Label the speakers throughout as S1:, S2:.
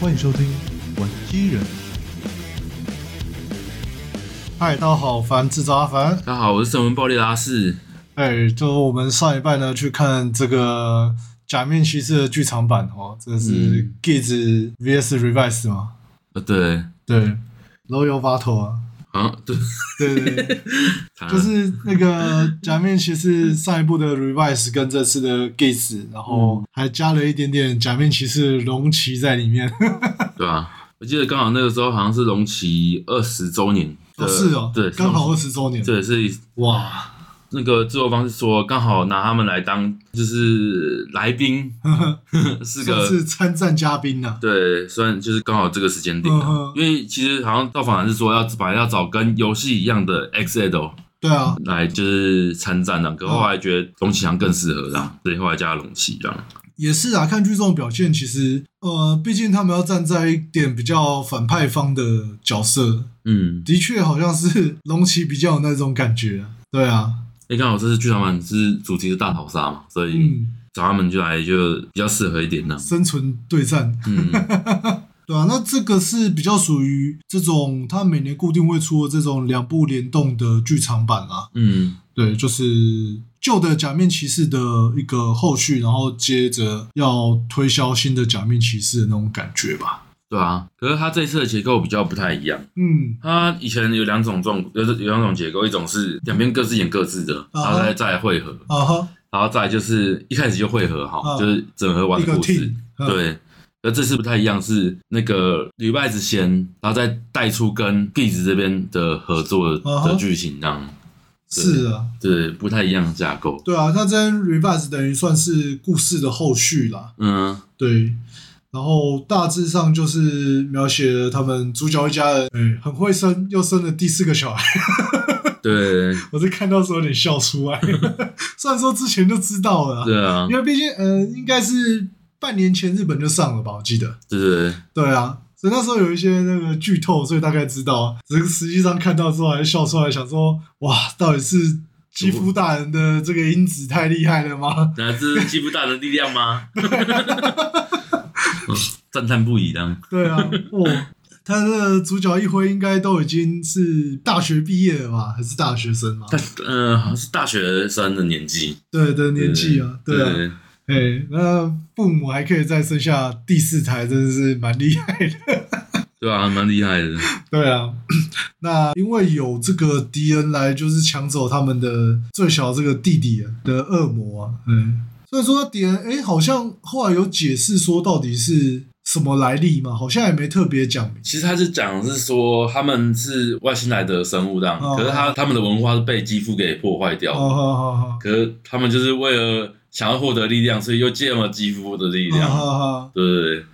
S1: 欢迎收听《玩机人》。嗨，大家好，凡制造阿凡。
S2: 大家好，我是神文暴力拉士。
S1: 哎，就我们上一半呢去看这个《假面骑士》的剧场版哦，这
S2: 嗯
S1: 是 Giz vs Revice 嘛？
S2: 呃，对，
S1: 对，Royal Battle 啊，
S2: 好像对，
S1: 对对对。
S2: 惨了
S1: 就是那个假面骑士上一部的 Revise 跟这次的 Gates，然
S2: 嗯
S1: 后还加了一点点假面骑士龙骑在里面。
S2: 对啊，我记得刚好那个时候好像是龙骑二十周年
S1: 哦
S2: 的，
S1: 是哦，
S2: 对，
S1: 刚好
S2: 龙
S1: 二十周年
S2: 骑，，对，是
S1: 哇，
S2: 那个制作方是说刚好拿他们来当就是 来宾，是
S1: 算
S2: 个
S1: 是参战嘉宾啊呐、
S2: 对，虽然就是刚好这个时间点啊、
S1: 嗯哼
S2: 因为其实好像到访谈是说要本来要找跟游戏一样的 XL
S1: 对啊，
S2: 来就是参战的，可后来觉得龙骑好像更适合这样，所以后来加了龙骑这样。
S1: 也是啊。看剧这种表现，其实呃，毕竟他们要站在一点比较反派方的角色，
S2: 嗯，
S1: 的确好像是 龙骑比较有那种感觉啊。对啊，
S2: 因为刚好这次剧场版是主题是大逃杀嘛，所以
S1: 嗯，
S2: 找他们就来就比较适合一点呢。
S1: 生存对战。
S2: 嗯，
S1: 对啊，那这个是比较属于这种，它每年固定会出的这种两部联动的剧场版啦。
S2: 嗯，
S1: 对，就是旧的假面骑士的一个后续，然后接着要推销新的假面骑士的那种感觉吧。
S2: 对啊。可是它这一次的结构比较不太一样，
S1: 嗯，
S2: 它以前有两种状，有有两种结构，一种是两边各自演各自的，然后再再汇合，
S1: 啊哈，
S2: 然后再来就是一开始就汇合好，
S1: 嗯
S2: 就是整合完
S1: 一
S2: 的
S1: 个
S2: 故
S1: team
S2: 事。
S1: 嗯
S2: 对，而这次不太一样，是那个吕拜子先，然后再带出跟 B 子这边的合作
S1: 嗯哼
S2: 的剧情，这样
S1: 是啊，
S2: 对，不太一样的架构。
S1: 对啊，那这 revise 等于算是故事的后续啦。
S2: 嗯，
S1: 对，然后大致上就是描写了他们主角一家人，哎，很会生，又生了第四个小孩。
S2: 对，
S1: 我是看到时候有点笑出来， 虽然说之前就知道了啊，
S2: 对啊，
S1: 因为毕竟呃，应该是半年前日本就上了吧，我记得。
S2: 对对
S1: 对啊，所以那时候有一些那个剧透，所以大概知道啊。只是实际上看到之后还是笑出来，想说哇，到底是肌肤大人的这个因子太厉害了吗？
S2: 那这是欺负大人的力量吗？哦赞叹不已的，
S1: 对啊，哇。他的主角一辉应该都已经是大学毕业了吧，还是大学生嘛？
S2: 但嗯，好像是大学生的年纪，
S1: 对的年纪啊，对啊，
S2: 对，
S1: 哎、那父母还可以再生下第四胎，真的是蛮厉害的。
S2: 对啊，蛮厉害的，
S1: 对啊， 那因为有这个迪恩来，就是抢走他们的最小这个弟弟啊的恶魔啊，嗯，所以说迪恩，哎、好像后来有解释说到底是什么来历嘛，好像也没特别讲明。
S2: 其实他是讲的是说他们是外星来的生物这样，
S1: 哦
S2: 可是他他们的文化是被肌肤给破坏掉
S1: 哦，
S2: 的，
S1: 好好好，
S2: 可是他们就是为了想要获得力量，所以又借用了肌肤的力
S1: 好
S2: 量，
S1: 好好，
S2: 对对对，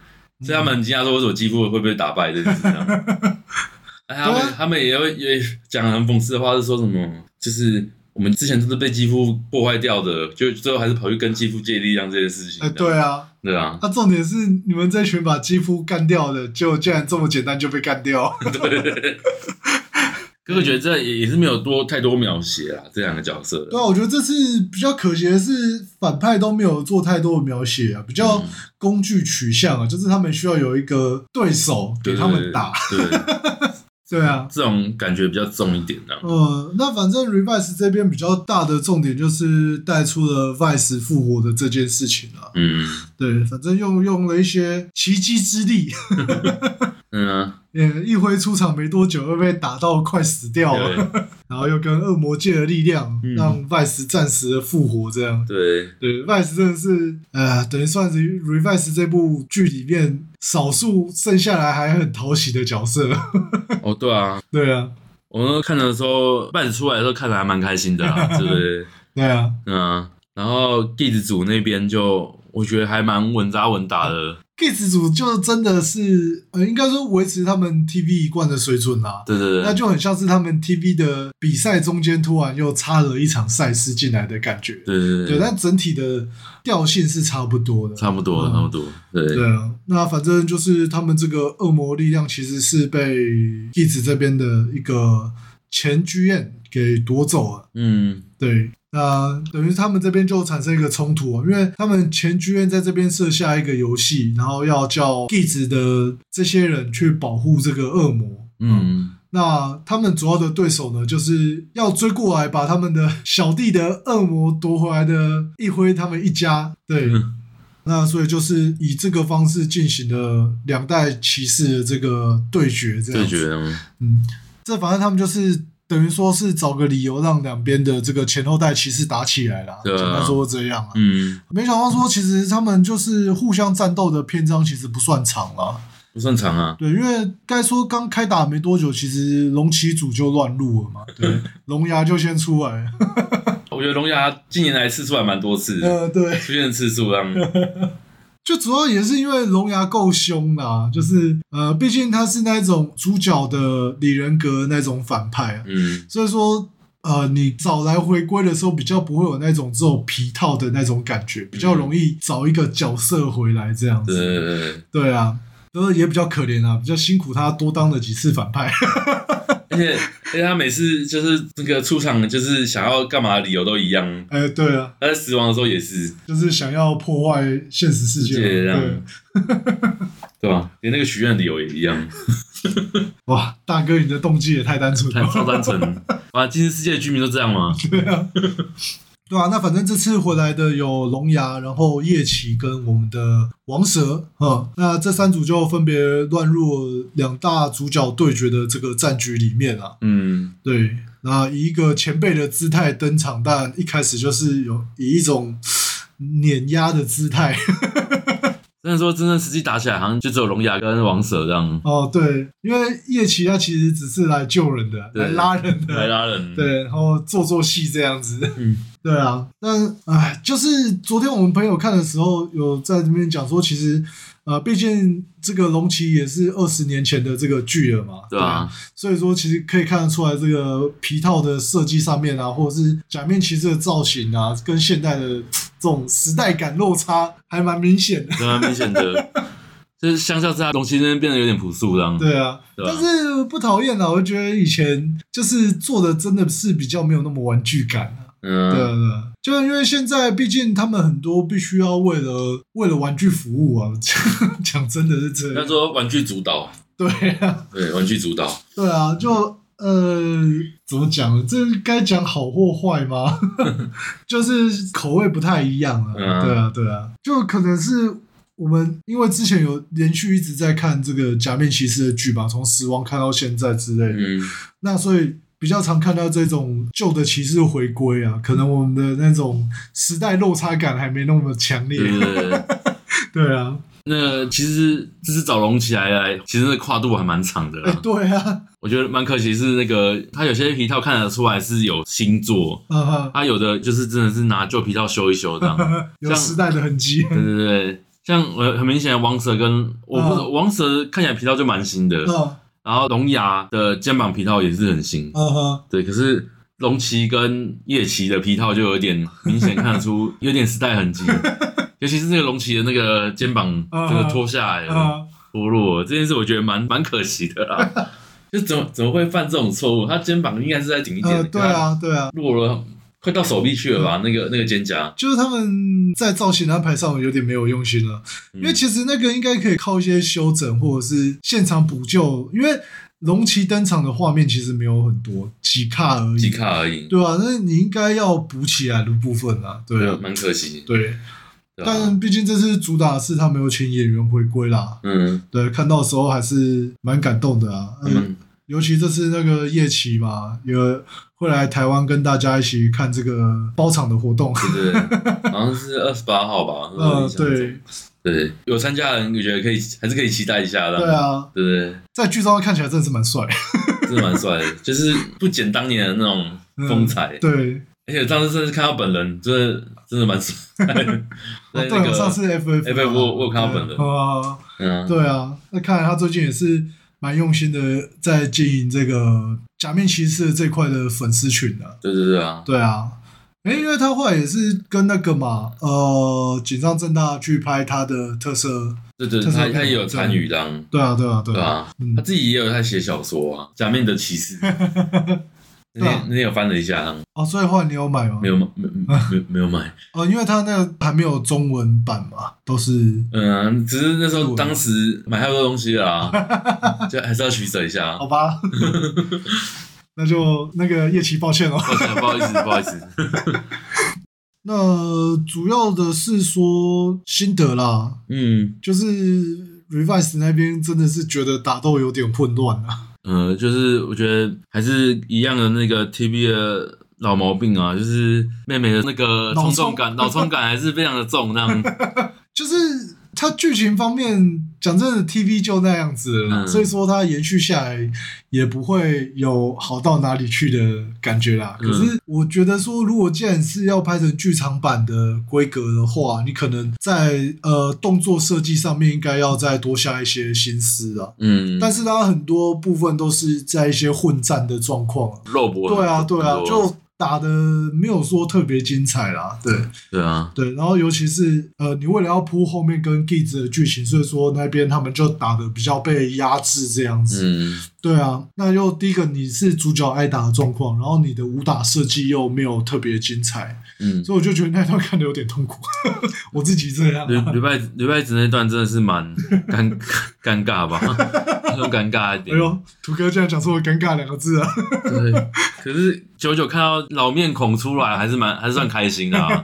S2: 所以他们很惊讶说为什么肌肤会被打败这件事这样。 哎，他
S1: 对啊
S2: 们他们也会也讲很讽刺的话，是说什么？就是我们之前都是被肌肤破坏掉的，就最后还是跑去跟肌肤借力量这件事情。
S1: 哎、对啊，
S2: 对啊，
S1: 那、重点是你们这群把肌肤干掉的，结果竟然这么简单就被干掉。
S2: 对。啊可我觉得这也也是没有多太多描写啦，这两个角色。
S1: 对啊，我觉得这次比较可惜的是，反派都没有做太多的描写啊，比较
S2: 嗯
S1: 工具取向啊，就是他们需要有一个对手给
S2: 对
S1: 他们打。，
S2: 对对对
S1: 对啊，
S2: 这种感觉比较重一点啊。
S1: 呃，那反正 Revice 这边比较大的重点就是带出了 Vice 复活的这件事情啊。
S2: 嗯
S1: 对，反正用用了一些奇迹之力，
S2: 嗯啊，
S1: 呃，一辉出场没多久又被打到快死掉了，
S2: 对
S1: 然后又跟恶魔借了力量，
S2: 嗯
S1: 让 Vice 暂时的复活这样。
S2: 对
S1: 对，Vice 真的是，呃，等于算是 Revice 这部剧里面少数剩下来还很讨喜的角色。
S2: 哦对啊，
S1: 对啊，
S2: 我那时候看的时候，麦子出来的时候看的还蛮开心的啦，对不对？
S1: 对啊
S2: 嗯啊，然后 g 子组那边就我觉得还蛮稳扎稳打的，
S1: ，Kids 组就真的是，呃，应该说维持他们 TV 一贯的水准啦、
S2: 对对
S1: 那
S2: 对，
S1: 就很像是他们 TV 的比赛中间突然又插了一场赛事进来的感觉。
S2: 对对
S1: 对，但整体的调性是差不多的。
S2: 差不多
S1: 嗯
S2: 差不多，对
S1: 对啊，那反正就是他们这个恶魔力量其实是被 Kids 这边的一个前剧院给夺走了。
S2: 嗯，
S1: 对，那等于他们这边就产生一个冲突啊，因为他们前剧院在这边设下一个游戏，然后要叫 Giz 的这些人去保护这个恶魔。
S2: 嗯，
S1: 那他们主要的对手呢，就是要追过来把他们的小弟的恶魔夺回来的一辉他们一家。对，
S2: 嗯
S1: 那所以就是以这个方式进行了两代骑士的这个对决，这样
S2: 对
S1: 子。
S2: 决嗯
S1: 嗯，这反正他们就是等于说是找个理由让两边的这个前后代骑士打起来啦。
S2: 对啊
S1: 简单说这样啊。
S2: 嗯，
S1: 没想到说，其实他们就是互相战斗的篇章其实不算长啦。
S2: 不算长啊，
S1: 对，因为该说刚开打没多久，其实龙骑组就乱入了嘛，对， 龙牙就先出来了，
S2: 我觉得龙牙近年来次数还蛮多次，
S1: 呃，对，
S2: 出现的次数 让
S1: 就主要也是因为龙牙够凶啦，就是呃，毕竟他是那种主角的李仁格那种反派啊，
S2: 嗯
S1: 所以说呃，你找来回归的时候比较不会有那种这种皮套的那种感觉，比较容易找一个角色回来这样
S2: 嗯对
S1: 子，
S2: 对对对，
S1: 对啊，呃，也比较可怜啊，比较辛苦他多当了几次反派，
S2: 而且而且他每次就是那个出场就是想要干嘛的理由都一样，
S1: 哎、对啊。
S2: 他在死亡的时候也是，
S1: 就是想要破坏现实世界嘛。
S2: 世界让
S1: 对，
S2: 对
S1: 嗯
S2: 吧？连那个许愿的理由也一样，
S1: 哇，大哥，你的动机也太单纯
S2: 太
S1: 了。
S2: 超 单纯。哇，今世界的居民都这样吗？
S1: 对啊，那反正这次回来的有龙牙，然后夜骑跟我们的王蛇，嗯，那这三组就分别乱入两大主角对决的这个战局里面啊。
S2: 嗯，
S1: 对，那以一个前辈的姿态登场，但一开始就是有以一种碾压的姿态
S2: 虽然说真正实际打起来好像就只有龙牙跟王蛇这样
S1: 哦，对，因为夜骑他其实只是来救人的，
S2: 对
S1: 来拉人的，
S2: 来拉人，，
S1: 对，然后做做戏这样子。
S2: 嗯，
S1: 对啊，但哎，就是昨天我们朋友看的时候，有在这边讲说，其实呃，毕竟这个龙骑也是二十年前的这个剧了嘛，
S2: 对啊，
S1: 所以说其实可以看得出来，这个皮套的设计上面啊，或者是假面骑士的造型啊，跟现代的嘖这种时代感落差还蛮明显的。
S2: 对啊，明显 的，就是相较之下，龙骑那边变得有点朴素这样，
S1: 对啊，
S2: 对吧
S1: 但？是不讨厌啊，我觉得以前就是做的真的是比较没有那么玩具感、啊。对
S2: 嗯，
S1: 啊对啊，就因为现在毕竟他们很多必须要为了为了玩具服务啊， 讲讲真的是这
S2: 他
S1: 样。
S2: 说玩具主导，
S1: 对啊，
S2: 对，玩具主导，
S1: 对啊，就呃，怎么讲呢？这该讲好或坏吗？ 就是口味不太一样啊。
S2: 嗯啊
S1: 对啊，对啊，就可能是。我们因为之前有连续一直在看这个假面骑士的剧吧，从死亡看到现在之类的，
S2: 嗯，
S1: 那所以比较常看到这种旧的骑士回归啊，可能我们的那种时代落差感还没那么强烈。
S2: 对对对对。
S1: 对啊，
S2: 那个其实这次找龙起来来，其实那跨度还蛮长的
S1: 哎、
S2: 啦。
S1: 对啊，
S2: 我觉得蛮可惜是那个他有些皮套看得出来是有新作，
S1: 啊哈，
S2: 他有的就是真的是拿旧皮套修一修这样。
S1: 有时代的痕 迹。
S2: 对对对，像呃很明显的王蛇跟我不
S1: 嗯
S2: 王蛇看起来皮套就蛮新的，
S1: 啊
S2: 然后龙牙的肩膀皮套也是很新，
S1: 啊哈，
S2: 对，可是。龙骑跟夜骑的皮套就有点明显看得 出有点时代痕迹，尤其是那个龙骑的那个肩膀
S1: 嗯
S2: 这个脱下来了，
S1: 啊，
S2: 脱落这件事，我觉得蛮蛮可惜的啦。 就怎么怎么会犯这种错误？他肩膀应该是再紧一点，
S1: 呃，对，啊，嗯对啊，
S2: 落了快到手臂去了吧？那个那个肩胛，
S1: 就是他们在造型安排上有点没有用心了，因为其实那个应该可以靠一些修整或者是现场补救，因为龙骑登场的画面其实没有很多，几卡而
S2: 嗯几
S1: 已。
S2: 卡而已，
S1: 对啊，那你应该要补起来的部分啊，对啊，
S2: 蛮可惜。
S1: 对，
S2: 对吧
S1: 但毕竟这次主打是他没有请演员回归啦，
S2: 嗯
S1: 对，看到的时候还是蛮感动的啊。嗯，
S2: 嗯，
S1: 尤其这次那个夜骑嘛，也会来台湾跟大家一起看这个包场的活 动。
S2: 对对，好像是二十八 号吧？
S1: 嗯，
S2: 印象中
S1: 对，
S2: 对，有参加的人，我觉得可以还是可以期待一下的。
S1: 对，啊，
S2: 对对
S1: 在剧照看起来真的是蛮帅，
S2: 对，真的蛮 帅的，就是不减当年的那种风采
S1: 嗯。对，
S2: 而且上次真的是看到本人，真的真的蛮帅。
S1: 哦
S2: 在
S1: 对，
S2: 哎那
S1: 我上
S2: 个
S1: 次 FF 嘛
S2: FF 我我有看到本人
S1: 对啊，
S2: 嗯，
S1: 对啊，那看来他最近也是蛮用心的在经营这个假面骑士这块的粉丝群的、
S2: 对对对啊，
S1: 对啊，诶，因为他后来也是跟那个嘛，呃，紧张正大去拍他的特色。
S2: 对对，
S1: 这是
S2: 他
S1: 我
S2: 他
S1: 看
S2: 也
S1: 的
S2: 有参与当，
S1: 对啊，对啊，对
S2: 对
S1: 啊，
S2: 啊，他自己也有在写小说啊，《假面的骑士》那
S1: 对
S2: 天
S1: 啊
S2: 那天有翻了一下，然后
S1: 哦，所以后来你有买吗？
S2: 没有买，没没没有买。
S1: 哦，因为它那个还没有中文版嘛，都是
S2: 嗯，只是那时候当时买太多东西了啊， 就还是要取舍一下。啊
S1: 好吧。那就那个叶奇，抱歉哦。
S2: 抱歉，不好意思，不好意思。
S1: 那主要的是说心得啦，
S2: 嗯，
S1: 就是 Revice 那边真的是觉得打斗有点混乱啊。
S2: 呃，就是我觉得还是一样的那个 TB 的老毛病啊，就是妹妹的那个
S1: 脑
S2: 冲
S1: 冲
S2: 动感、脑冲感还是非常的重，这样。
S1: 就是它剧情方面，讲真的，TV 就那样子了啦，
S2: 嗯
S1: 所以说它延续下来也不会有好到哪里去的感觉啦。
S2: 嗯
S1: 可是我觉得说，如果既然是要拍成剧场版的规格的话，你可能在呃动作设计上面应该要再多下一些心思啊。
S2: 嗯，
S1: 但是它很多部分都是在一些混战的状况啊、
S2: 肉搏很多。
S1: 对啊，对啊
S2: 很，多
S1: 就打的没有说特别精彩啦，对。
S2: 对啊，
S1: 对，然后尤其是呃，你为了要铺后面跟 Giz 的剧情，所以说那边他们就打的比较被压制这样子。
S2: 嗯
S1: 对啊，那又第一个你是主角挨打的状况，然后你的武打设计又没有特别精彩，
S2: 嗯。
S1: 所以我就觉得那段看的有点痛苦， 我自己这样、
S2: 礼
S1: 啊。
S2: 礼拜礼拜子那段真的是蛮尴尴尬 吧，很尴尬
S1: 哎
S2: 一点。
S1: 呦，图哥竟然讲出了“尴尬”两个字啊！
S2: 对，可是久久看到老面孔出来，还是蛮还是算开心的、啊，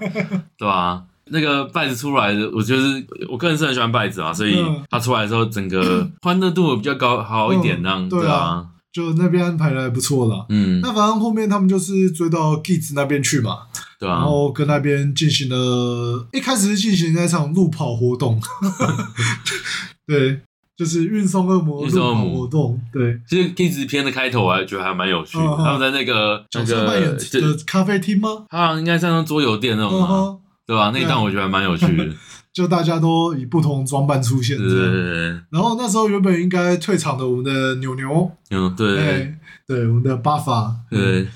S2: 对吧、那个拜子出来的，我就是我个人是很喜欢拜子啊，所以
S1: 嗯
S2: 他出来的时候，整个欢乐度比较高，好一点那样，
S1: 嗯
S2: 对
S1: 对
S2: 啊
S1: 啊，就那边安排的还不错啦。
S2: 嗯，
S1: 那反正后面他们就是追到 Giz 那边去嘛，
S2: 对
S1: 然
S2: 啊，
S1: 后跟那边进行了，一开始是进行那场路跑活动， 对，就是运送恶魔
S2: 运
S1: 路
S2: 送恶
S1: 跑
S2: 魔
S1: 活动，对，
S2: 其实 Kids 片的开头我还觉得还蛮有趣的，
S1: 嗯嗯
S2: 他们在那个那
S1: 角色扮演
S2: 个就
S1: 的咖啡厅吗？
S2: 他好像应该像桌游店那
S1: 嗯
S2: 种啊，
S1: 哼，
S2: 对吧、那一段我觉得还蛮有趣的，
S1: 就大家都以不同装扮出现
S2: 对对
S1: 这样。
S2: 对对，
S1: 然后那时候原本应该退场的我们的牛牛，
S2: 嗯对
S1: 对，对，我们的巴法，
S2: 对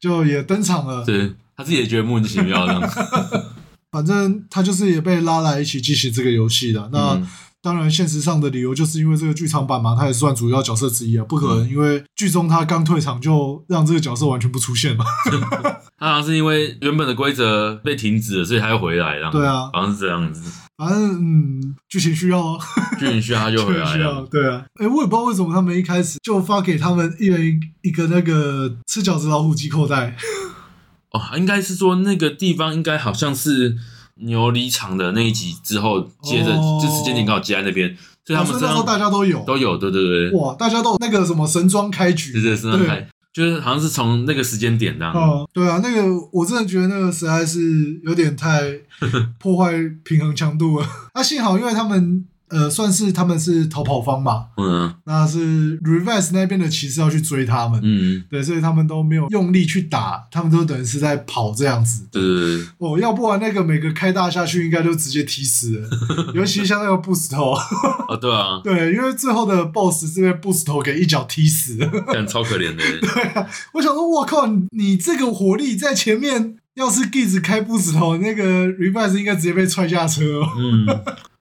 S1: 就也登场了。
S2: 对，他自己也觉得莫名其妙这样，
S1: 反正他就是也被拉来一起进行这个游戏的。那、
S2: 嗯
S1: 当然，现实上的理由就是因为这个剧场版嘛，他也算主要角色之一啊，不可
S2: 嗯
S1: 能因为剧中他刚退场就让这个角色完全不出 现嘛。
S2: 他好像是因为原本的规则被停止了，所以他又回来，这样
S1: 对啊
S2: 好像是这样子，
S1: 反正嗯，剧情需要哦，
S2: 就允许他就
S1: 剧
S2: 回
S1: 情
S2: 来
S1: 需要，
S2: 了。
S1: 对啊。哎、我也不知道为什么他们一开始就发给他们一人一一个那个吃饺子老虎机扣带，
S2: 哦，应该是说那个地方应该好像是牛离场的那一集之后，接着、
S1: 哦
S2: 就时间点刚好接在那边，所以
S1: 啊
S2: 他们
S1: 所以那
S2: 身
S1: 时候
S2: 上
S1: 大家都有，
S2: 都有，对对对，
S1: 哇，大家都有那个什么神装开局，
S2: 对对，身上还就是好像是从那个时间点这样。
S1: 哦，对啊，那个我真的觉得那个实在是有点太破坏平衡强度了。 那、幸好因为他们呃算是他们是逃跑方嘛，
S2: 嗯
S1: 那是 Revice 那边的骑士要去追他们，
S2: 嗯，
S1: 对，所以他们都没有用力去打，他们都等于是在跑这样子。
S2: 对对对，
S1: 哦，要不然那个每个开大下去应该就直接踢死了，尤其像那个 Boost 头，，
S2: 哦对啊
S1: 对，因为最后的 BOSS 这边 Boost 头给一脚踢死了。
S2: 但超可怜的。
S1: 我想说，我靠，你你这个火力在前面，要是 Giz 开不死头，那个 Revice 应该直接被踹下车、哦。
S2: 嗯，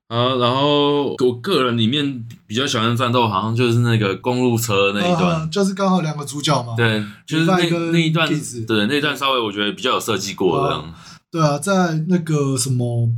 S2: 啊，然后我个人里面比较喜欢的战斗，好像就是那个公路车那一段
S1: 啊。就是刚好两个主角嘛。
S2: 对，就是那
S1: 礼拜跟
S2: 那一段，
S1: Kids
S2: 对那一段稍微我觉得比较有设计过的，
S1: 对啊，在那个什么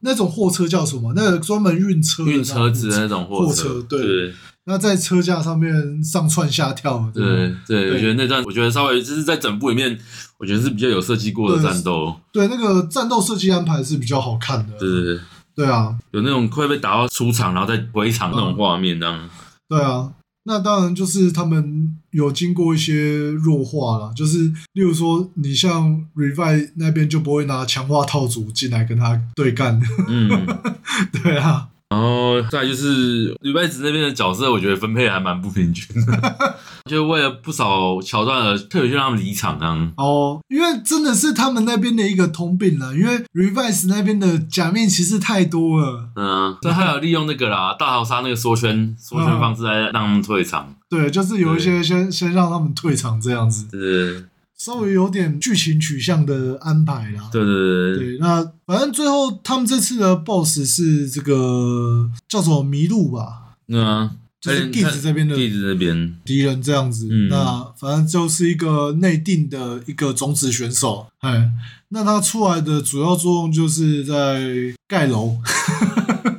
S1: 那种货车叫什么？那个专门运车的
S2: 运车子的
S1: 那种
S2: 那种货
S1: 货车
S2: 对
S1: 对那在车架上面上窜下跳的。
S2: 对对，
S1: 嗯对
S2: 我觉得那段我觉得稍微就是在整部里面，我觉得是比较有设计过的
S1: 对
S2: 战斗，
S1: 对，那个战斗设计安排是比较好看的。
S2: 对对对，
S1: 对啊，
S2: 有那种快被打到出场然后再回场
S1: 嗯
S2: 那种画面，这样，
S1: 对啊，那当然就是他们有经过一些弱化啦，就是例如说，你像 Revive 那边就不会拿强化套组进来跟他对干，
S2: 嗯。
S1: 对啊，
S2: 然后再来就是吕拜子那边的角色，我觉得分配还蛮不平均的， 就为了不少桥段而特别去让他们离场这样。
S1: 哦，因为真的是他们那边的一个通病啦，因为 Revive 那边的假面骑士太多了，
S2: 嗯，但还有利用那个啦，大逃杀那个缩圈缩
S1: 嗯
S2: 圈方式来让他们退场，
S1: 对，就是有一些先先让他们退场这样子，
S2: 就是
S1: 稍微有点剧情取向的安排啦。
S2: 对对对对，
S1: 对，那反正最后他们这次的 BOSS 是这个叫什么麋鹿吧？
S2: 嗯啊，
S1: 就是 Giz 这边的
S2: Giz 这边，
S1: 敌人这样子。
S2: 嗯
S1: 那反正就是一个内定的一个种子选手，哎，那他出来的主要作用就是在盖楼，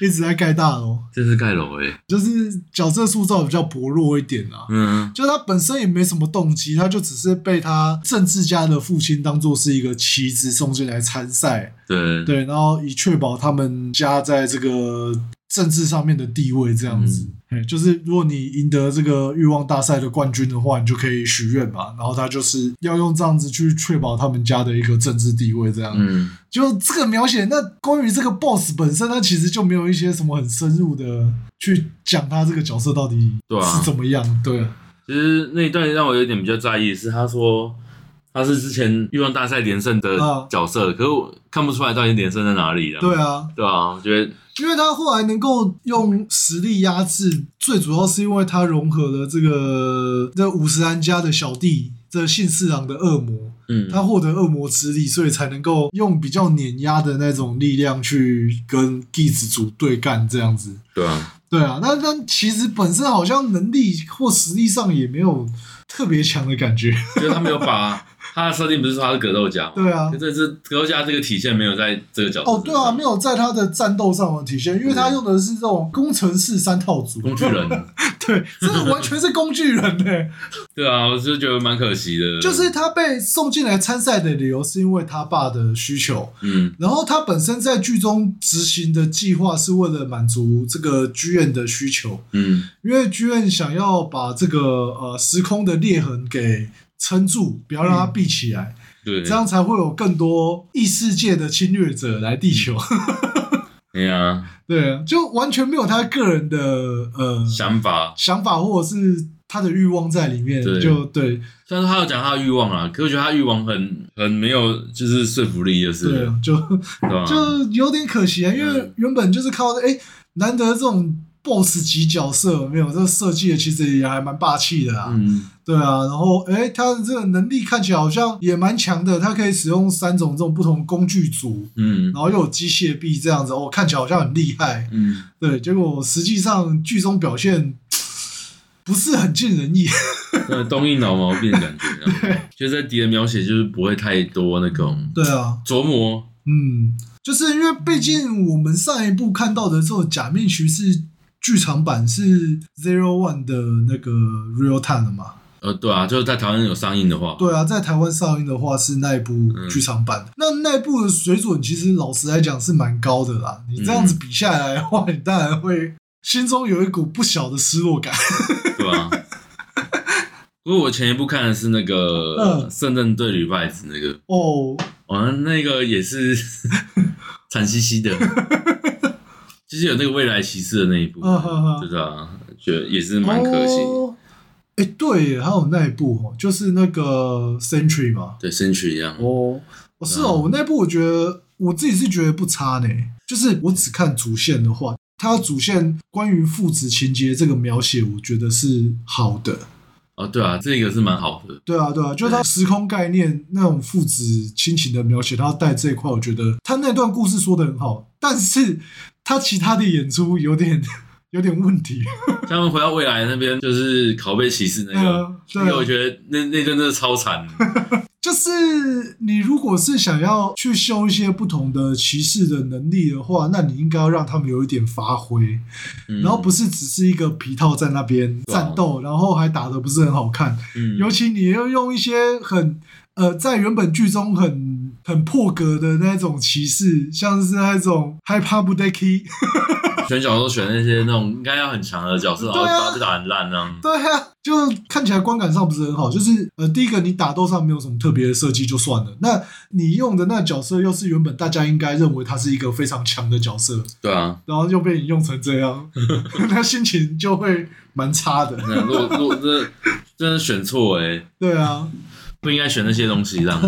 S1: 一直在盖大楼，
S2: 这是盖楼欸诶。
S1: 就是角色塑造比较薄弱一点啊。
S2: 嗯
S1: 就他本身也没什么动机，他就只是被他政治家的父亲当做是一个棋子送进来参赛，
S2: 对
S1: 对，然后以确保他们家在这个政治上面的地位这样子。
S2: 嗯
S1: 嘿就是如果你赢得这个欲望大赛的冠军的话，你就可以许愿嘛。然后他就是要用这样子去确保他们家的一个政治地位，这样。
S2: 嗯，
S1: 就这个描写，那关于这个 boss 本身，他其实就没有一些什么很深入的去讲他这个角色到底
S2: 对啊
S1: 是怎么样。对,、
S2: 其实那一段让我有点比较在意的是，他说他是之前欲望大赛连胜的
S1: 啊
S2: 角色，可是我看不出来到底连胜在哪里的。
S1: 对啊，
S2: 对啊，我觉得
S1: 因为他后来能够用实力压制，最主要是因为他融合了这个这五十岚家的小弟，这信四郎的恶魔，
S2: 嗯，
S1: 他获得恶魔之力，所以才能够用比较碾压的那种力量去跟 g i z 组对干这样子。
S2: 对啊，
S1: 对啊，那那其实本身好像能力或实力上也没有特别强的感觉。
S2: 就是他没有把他的设定不是说他是格斗家嘛，
S1: 对啊
S2: 可，这是格斗家这个体现没有在这个角色
S1: 哦对啊，没
S2: 有
S1: 有在他的战斗上有体现，因为他用的是这种工程式三套组，
S2: 工具人，
S1: 对，这个完全是工具人欸呢、
S2: 对啊，我就觉得蛮可惜的，
S1: 就是他被送进来参赛的理由是因为他爸的需求，
S2: 嗯
S1: 然后他本身在剧中执行的计划是为了满足这个剧院的需求，
S2: 嗯
S1: 因为剧院想要把这个呃时空的裂痕给撑住，不要让它闭起来，
S2: 嗯对，
S1: 这样才会有更多异世界的侵略者来地球。
S2: 嗯对啊，
S1: 对啊，就完全没有他个人的呃
S2: 想法
S1: 想法或者是他的欲望在里面，
S2: 对
S1: 就对
S2: 虽然说他有讲他的欲望啊，可我觉得他的欲望很很没有就是说服力，就是
S1: 对啊，就
S2: 对吧、
S1: 就有点可惜啊，因为
S2: 嗯
S1: 原本就是靠哎、诶难得这种 BOSS 级角色有没有这个设计的，其实也还蛮霸气的啊。
S2: 嗯
S1: 对啊，然后哎、诶他的这个能力看起来好像也蛮强的，他可以使用三种这种不同工具组，
S2: 嗯
S1: 然后又有机械臂这样子，哦，看起来好像很厉害。
S2: 嗯。
S1: 对，结果实际上剧中表现不是很尽人意。
S2: 那东一脑毛病的感觉、啊，就是在敌人描写就是不会太多那种
S1: 对啊，
S2: 琢磨，
S1: 嗯，就是因为毕竟我们上一部看到的这种假面骑士剧场版是 Zero One 的那个 Real Time 了嘛？
S2: 呃，对啊，就是在台湾有上映的话，
S1: 对啊，在台湾上映的话是那一部剧场
S2: 嗯
S1: 版，那那一部的水准其实老实来讲是蛮高的啦。你这样子比下来的话，你当然会心中有一股不小的失 落感。
S2: 对吧、不过我前一部看的是那个
S1: 嗯
S2: 《圣刃对吕拜子》那个，
S1: 哦，
S2: 哦，那个 也是惨兮兮的，就是有那个未来骑士的那一部，
S1: 嗯哼哼
S2: 就是啊，觉得也是蛮可惜。
S1: 哦哎、对耶，还有那一部哦，就是那个 Century 嘛，
S2: 对，身躯一样，
S1: 哦，哦是哦，我那部我觉得我自己是觉得不差呢。就是我只看主线的话，它主线关于父子情节这个描写，我觉得是好的。
S2: 哦，对啊，这个是蛮好的，
S1: 对啊，对啊，就是它时空概念那种父子亲情的描写，它带这一块，我觉得它那段故事说的很好，但是它其他的演出有点 有点问题。
S2: 像他们回到未来那边，就是拷贝骑士那个。
S1: 嗯，对
S2: 那个我
S1: 啊，
S2: 觉得那那段真的超惨的，
S1: 就是你如果是想要去修一些不同的骑士的能力的话，那你应该要让他们有一点发挥。
S2: 嗯
S1: 然后不是只是一个皮套在那边
S2: 对啊
S1: 战斗，然后还打的不是很好看，
S2: 嗯
S1: 尤其你又用一些很呃在原本剧中很很破格的那种歧视，像是那种害怕不 d e k y
S2: 选角都选那些那种应该要很强的角色，然
S1: 对啊
S2: 后打就打很烂那样。
S1: 对啊，就看起来观感上不是很好。就是呃，第一个你打斗上没有什么特别的设计就算了，那你用的那角色又是原本大家应该认为他是一个非常强的角色，
S2: 对啊，
S1: 然后又被你用成这样， 那心情就会蛮差的。
S2: 那如果如果这真的选错哎、
S1: 对啊。
S2: 不应该选那些东西这样。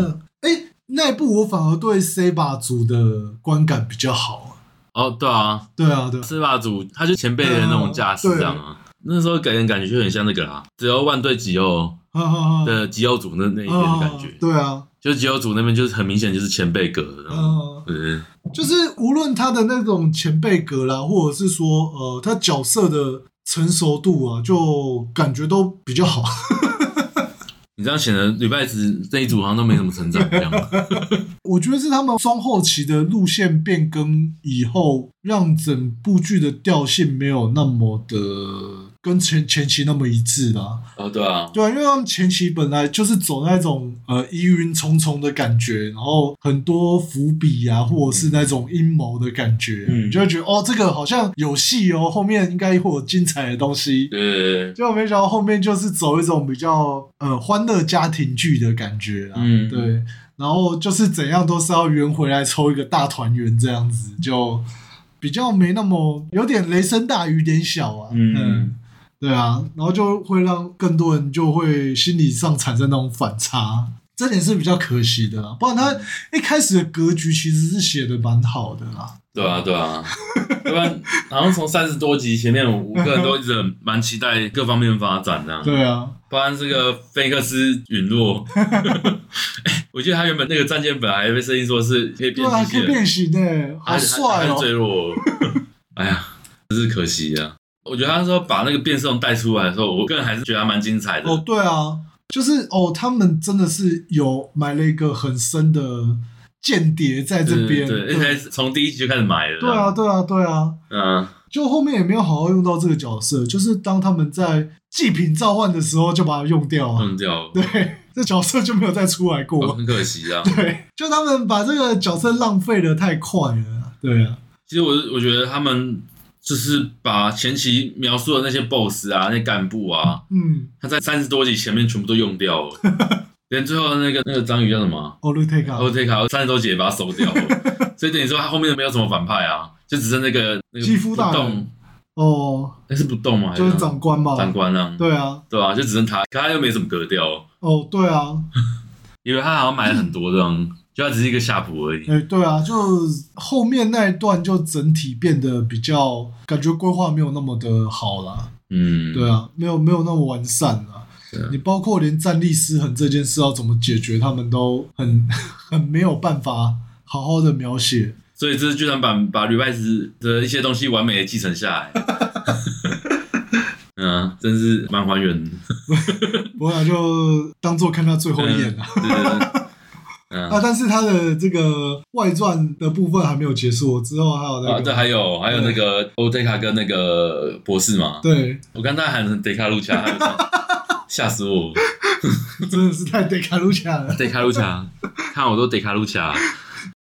S1: 哎、那一部我反而对 C 把组的观感比较好。
S2: 哦，对啊，
S1: 对啊，对啊，
S2: 司法组
S1: 嗯
S2: 他就前辈的那种架势这样啊。那时候给人感觉就很像那个啦，只要万对吉欧，
S1: 哈哈哈，
S2: 的吉欧组那那一边的感觉
S1: 啊，对啊，
S2: 就是吉欧组那边就是很明显就是前辈格，然后
S1: 嗯，
S2: 对
S1: 就是无论他的那种前辈格啦，或者是说呃他角色的成熟度啊，就感觉都比较好。
S2: 你这样显得礼拜子那一组好像都没什么成长一样。
S1: 我觉得是他们中后期的路线变更以后，让整部剧的调性没有那么的跟前前期那么一致啦。
S2: 哦，对啊，
S1: 对啊，因为他们前期本来就是走那种呃疑云重重的感觉，然后很多伏笔啊，或者是那种阴谋的感觉，
S2: 嗯
S1: 你就会觉得哦，这个好像有戏哦，后面应该会有精彩的东西。
S2: 对对对，
S1: 结果没想到后面就是走一种比较呃欢乐家庭剧的感觉啦，啊
S2: 嗯
S1: 对，然后就是怎样都是要圆回来抽一个大团圆这样子，就比较没那么有点雷声大雨点小啊，
S2: 嗯
S1: 对啊，然后就会让更多人就会心理上产生那种反差。这点是比较可惜的啦，不然他一开始的格局其实是写的蛮好的啦。
S2: 对啊，对啊，要不然好像从三十多集前面，我我个人都一直很蛮期待各方面发展的、啊，
S1: 对啊，
S2: 包含这个菲克斯陨落。哎我记得他原本那个战舰本还被设定说是可以
S1: 对
S2: 变
S1: 啊，
S2: 机器
S1: 可以
S2: 人，
S1: 变形诶、好
S2: 还是还
S1: 帅
S2: 还
S1: 哦、
S2: 是坠落。哎呀，真是可惜啊！我觉得他说把那个变色龙带出来的时候，我个人还是觉得还蛮精彩的。
S1: 哦，对啊，就是哦，他们真的是有埋了一个很深的间谍在这边。
S2: 对，一开
S1: 对
S2: 始从第一集就开始埋了。
S1: 对啊，，对啊，对啊，
S2: 嗯，
S1: 就后面也没有好好用到这个角色，就是当他们在祭品召唤的时候就把它用掉啊。
S2: 弄掉了，
S1: 对，这角色就没有再出来过。
S2: 嗯哦很可惜啊。
S1: 对，就他们把这个角色浪费的太快了啊。对啊，
S2: 其实我我觉得他们就是把前期描述的那些 BOSS 啊、那些干部啊，
S1: 嗯
S2: 他在三十多集前面全部都用掉了，连最后那个那个章鱼叫什么啊
S1: ，Olu Take
S2: 奥
S1: a
S2: 特卡，三十多集也把它收掉了，所以等于说他后面没有什么反派啊，就只剩那个那个
S1: 肌肤
S2: 不
S1: 大人
S2: 动，
S1: 哦，
S2: 那是不动吗？还
S1: 就是
S2: 怎样
S1: 长官嘛。
S2: 长官啊，
S1: 对啊，
S2: 对啊，就只剩他，可他又没什么格调，
S1: 哦，对啊，
S2: 因为他好像买了很多这样，就他只是一个下仆而已。
S1: 哎、对啊，就后面那一段就整体变得比较，感觉规划没有那么的好啦。
S2: 嗯，
S1: 对啊，没有没有那么完善啦。
S2: 对啊
S1: 你包括连战力失衡这件事要怎么解决，他们都很很没有办法好好的描写。
S2: 所以这是剧场版把吕拜斯的一些东西完美的继承下来。 嗯、啊，真是蛮还原的。
S1: 我想啊就当做看他最后一眼啊啦。
S2: 对对对，嗯、
S1: 啊，但是他的这个外传的部分还没有结束，之后还有那
S2: 啊，
S1: 个、
S2: 对，还有还有那个欧德卡跟那个博士嘛，
S1: 对，
S2: 我刚才喊成德卡路卡，还有唱吓死我！
S1: 真的是太 得卡路卡了。
S2: 德卡路卡，看我都德卡路卡，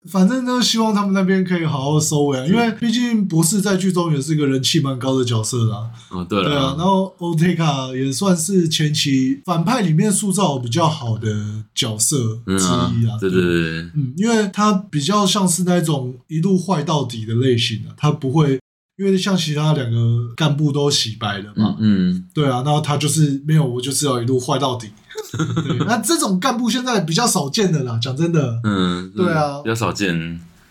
S1: 反正呢，希望他们那边可以好好收尾啊，因为毕竟博士在剧中也是个人气蛮高的角色啦。
S2: 哦，对
S1: 对啊，
S2: 了，
S1: 然后 Oteka 也算是前期反派里面塑造比较好的角色之
S2: 嗯啊
S1: 一啊。
S2: 对对对对，
S1: 嗯，因为他比较像是那种一路坏到底的类型啊，他不会。因为像其他两个干部都洗白了嘛，
S2: 嗯嗯，
S1: 对啊，那他就是没有，我就是要一路坏 到底。对，那这种干部现在比较少见的啦，讲真的，
S2: 嗯，
S1: 对啊
S2: 比较少见，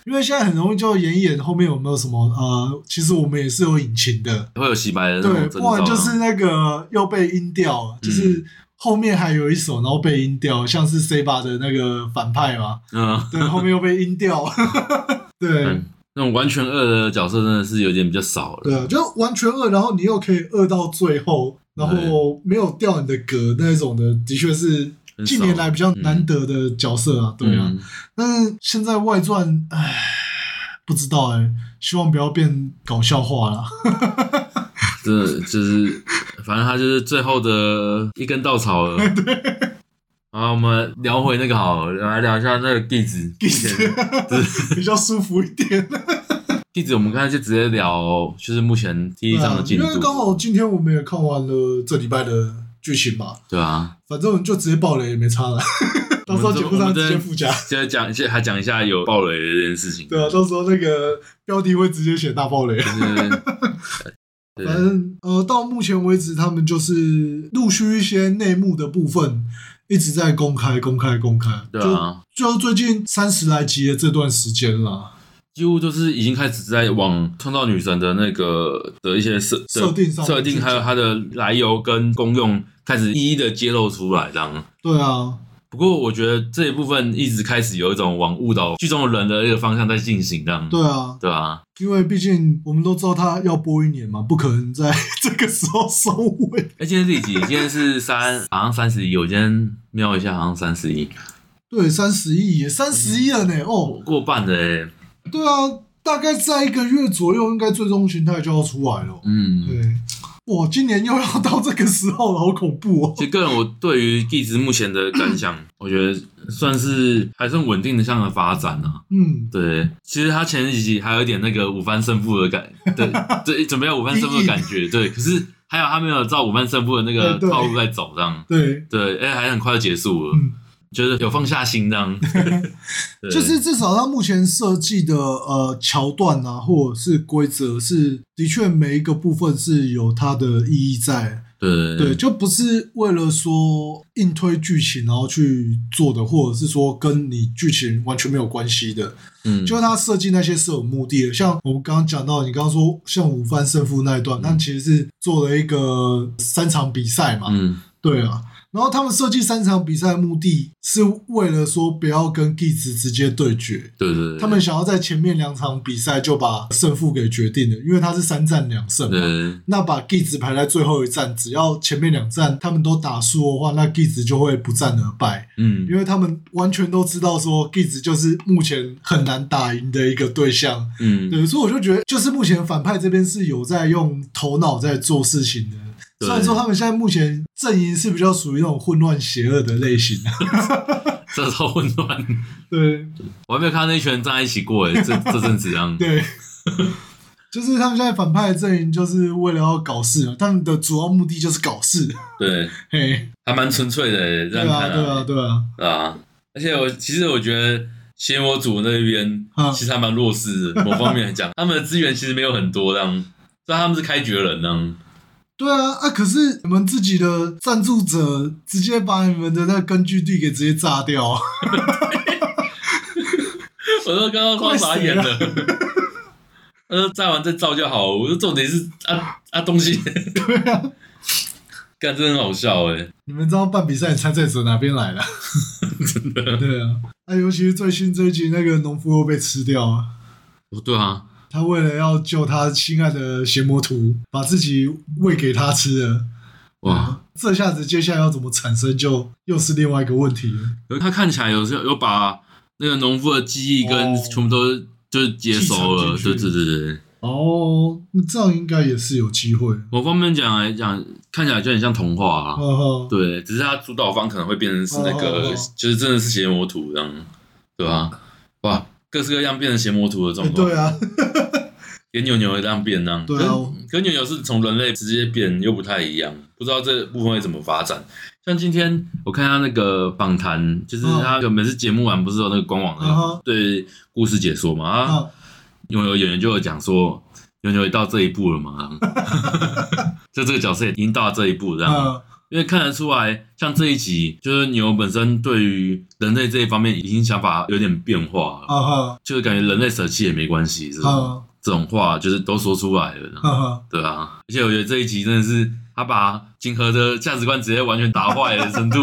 S1: 因为现在很容易就演一演后面有没有什么呃，其实我们也是有隐情的，
S2: 会有洗白的那种
S1: 对，
S2: 征兆
S1: 不
S2: 啊，
S1: 然就是那个又被音掉了，
S2: 嗯
S1: 就是后面还有一首，然后被音掉，像是 C 吧的那个反派嘛，
S2: 嗯。
S1: 对，后面又被音掉， 对、
S2: 嗯那种完全恶的角色真的是有点比较少了。
S1: 对啊，就完全恶，然后你又可以恶到最后，然后没有掉你的格那种的，的确是
S2: 很少
S1: 近年来比较难得的角色啊，对啊，
S2: 嗯
S1: 但是现在外传，唉，不知道哎、希望不要变搞笑化啦。
S2: 真的就是，反正他就是最后的一根稻 草了。啊，我们聊回那个好了，来聊一下那个地址。地址，
S1: 比较舒服一点。
S2: 地址，我们刚才就直接聊，就是目前第一章的进
S1: 啊因为刚好
S2: 度。
S1: 今天我们也看完了这礼拜的剧情嘛，
S2: 对啊，
S1: 反正我们就直接爆雷也没差了， 到时候节目上直接附加。
S2: 现在讲，现在还讲一下有暴雷的这件事情。
S1: 对啊，到时候那个标题会直接写大爆雷。
S2: 就是呃对
S1: 反正呃，到目前为止，他们就是陆续一些内幕的部分一直在公开、公开、公开。
S2: 对啊，
S1: 就就最近三十来集的这段时间啦，
S2: 几乎就是已经开始在往创造女神的那个的一些设的
S1: 设定上面
S2: 设
S1: 去
S2: 定，
S1: 讲
S2: 还有它的来由跟功用，开始一一的揭露出来，这样。
S1: 对啊，
S2: 不过我觉得这一部分一直开始有一种往误导剧中人的一个方向在进行，这样。
S1: 对啊，
S2: 对啊，
S1: 因为毕竟我们都知道他要播一年嘛，不可能在 这个时候收尾。
S2: 哎，今天是第几？今天是三， 好像三十一。我今天瞄一下，好像三十一，
S1: 对，三十亿也三十亿了呢。哦，
S2: 过半的哎。
S1: 对啊，大概在一个月左右，应该最终形态就要出来了。
S2: 嗯，
S1: 对，哇，今年又要到这个时候了，好恐怖哦。
S2: 其实个人我对于地质目前的感想，我觉得算是还算稳定的向的发展啊。
S1: 嗯，
S2: 对，其实他前几集还有一点那个五番胜负的感， 对对，准备要五番胜负的感觉，对。可是还有他没有照五番胜负的那
S1: 哎
S2: 个
S1: 对
S2: 套路在走，这样
S1: 对，
S2: 对，哎、还很快就结束了，
S1: 嗯
S2: 就是有放下心 这样。对
S1: 就是至少他目前设计的呃桥段啊，或者是规则是的确每一个部分是有它的意义在，
S2: 对
S1: 对，就不是为了说硬推剧情然后去做的，或者是说跟你剧情完全没有关系的，
S2: 嗯，
S1: 就是他设计那些是有目的的。像我们刚刚讲到，你刚刚说像午饭胜负那一
S2: 嗯
S1: 段，那其实是做了一个三场比赛嘛，
S2: 嗯
S1: 对啊。然后他们设计三场比赛的目的是为了说不要跟 Geese 直接对决，
S2: 对对对，
S1: 他们想要在前面两场比赛就把胜负给决定了，因为他是三战两胜嘛。
S2: 对
S1: 那把 Giz 排在最后一站，只要前面两站他们都打输的话，那 Giz 就会不战而败，
S2: 嗯
S1: 因为他们完全都知道说 Giz 就是目前很难打赢的一个对象。
S2: 嗯
S1: 对，所以我就觉得，就是目前反派这边是有在用头脑在做事情的。
S2: 对
S1: 虽然说他们现在目前阵营是比较属于那种混乱邪恶的类型，啊
S2: 这超混乱，
S1: 对
S2: 我还没有看到那一群人站在一起过哎，这这阵子这样。
S1: 对，就是他们现在反派的阵营就是为了要搞事啊，他们的主要目的就是搞事，
S2: 对，
S1: 嘿，
S2: 还蛮纯粹的哎，这
S1: 对
S2: 样
S1: 啊，
S2: 看
S1: 对啊，对啊。
S2: 啊，而且我其实我觉得邪魔组那边
S1: 啊
S2: 其实还蛮弱势的，某方面来 讲，他们的资源其实没有很多这样，虽然他们是开局的人呢、
S1: 对啊，啊，可是你们自己的赞助者直接把你们的那个根据地给直接炸掉啊，
S2: 我都刚刚快傻眼
S1: 怪
S2: 了。
S1: 啊
S2: 他说炸完再造就好，我说重点是啊啊东 西，对啊，干真的很好笑哎、
S1: 你们这样办比赛，你参赛者哪边来的？
S2: 真的，
S1: 对啊，那、尤其是最新这一集那个农夫又被吃掉啊，
S2: 哦对啊，
S1: 他为了要救他心爱的邪魔图，把自己喂给他吃了。
S2: 哇，
S1: 这下子接下来要怎么产生，就又是另外一个问题了。
S2: 可是他看起来有时候有把那个农夫的记忆跟
S1: 哦
S2: 全部都就是接收了，
S1: 继承
S2: 对
S1: 进去
S2: 对对对。
S1: 哦，那这样应该也是有机会。
S2: 某方面讲来讲，看起来就很像童话啊。
S1: 哦，
S2: 对，只是他主导方可能会变成是那个，
S1: 哦哦哦
S2: 就是真的是邪魔图这样，对吧、哇，各式各样变成邪魔图的
S1: 哎
S2: 状况，
S1: 对啊，
S2: 连扭扭也这样变这样。
S1: 对啊我
S2: 跟跟扭扭是从人类直接变又不太一样，不知道这部分会怎么发展。像今天我看他那个访谈，就是
S1: 嗯
S2: 他每次节目完不是有那个官网的、
S1: 嗯哼
S2: 对故事解说嘛？啊，
S1: 啊，
S2: 扭扭演员就有讲说，扭扭也到这一步了嘛， 就这个角色已经到这一步这样。
S1: 嗯，
S2: 因为看得出来，像这一集，就是牛本身对于人类这一方面已经想法有点变化了，
S1: 啊哈，
S2: 就是感觉人类舍弃也没关系，这种、
S1: 啊
S2: 这种话就是都说出来了，
S1: 哈哈，
S2: 对啊。而且我觉得这一集真的是他把金河的价值观直接完全打坏了 程度，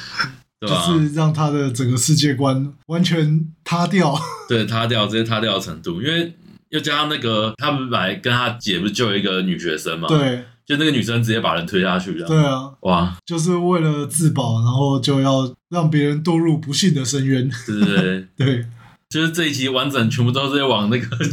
S2: 对啊
S1: 就
S2: 吧？
S1: 是让他的整个世界观完全塌掉。
S2: 对，塌掉直接塌掉的程度，因为又加上那个他们本来跟他姐不是救一个女学生嘛，，
S1: 对
S2: 就那个女生直接把人推下去这样，
S1: 对啊，
S2: 哇，
S1: 就是为了自保，然后就要让别人堕入不幸的深渊。
S2: 对对对。
S1: 对，
S2: 就是这一集完整全部都是在往那个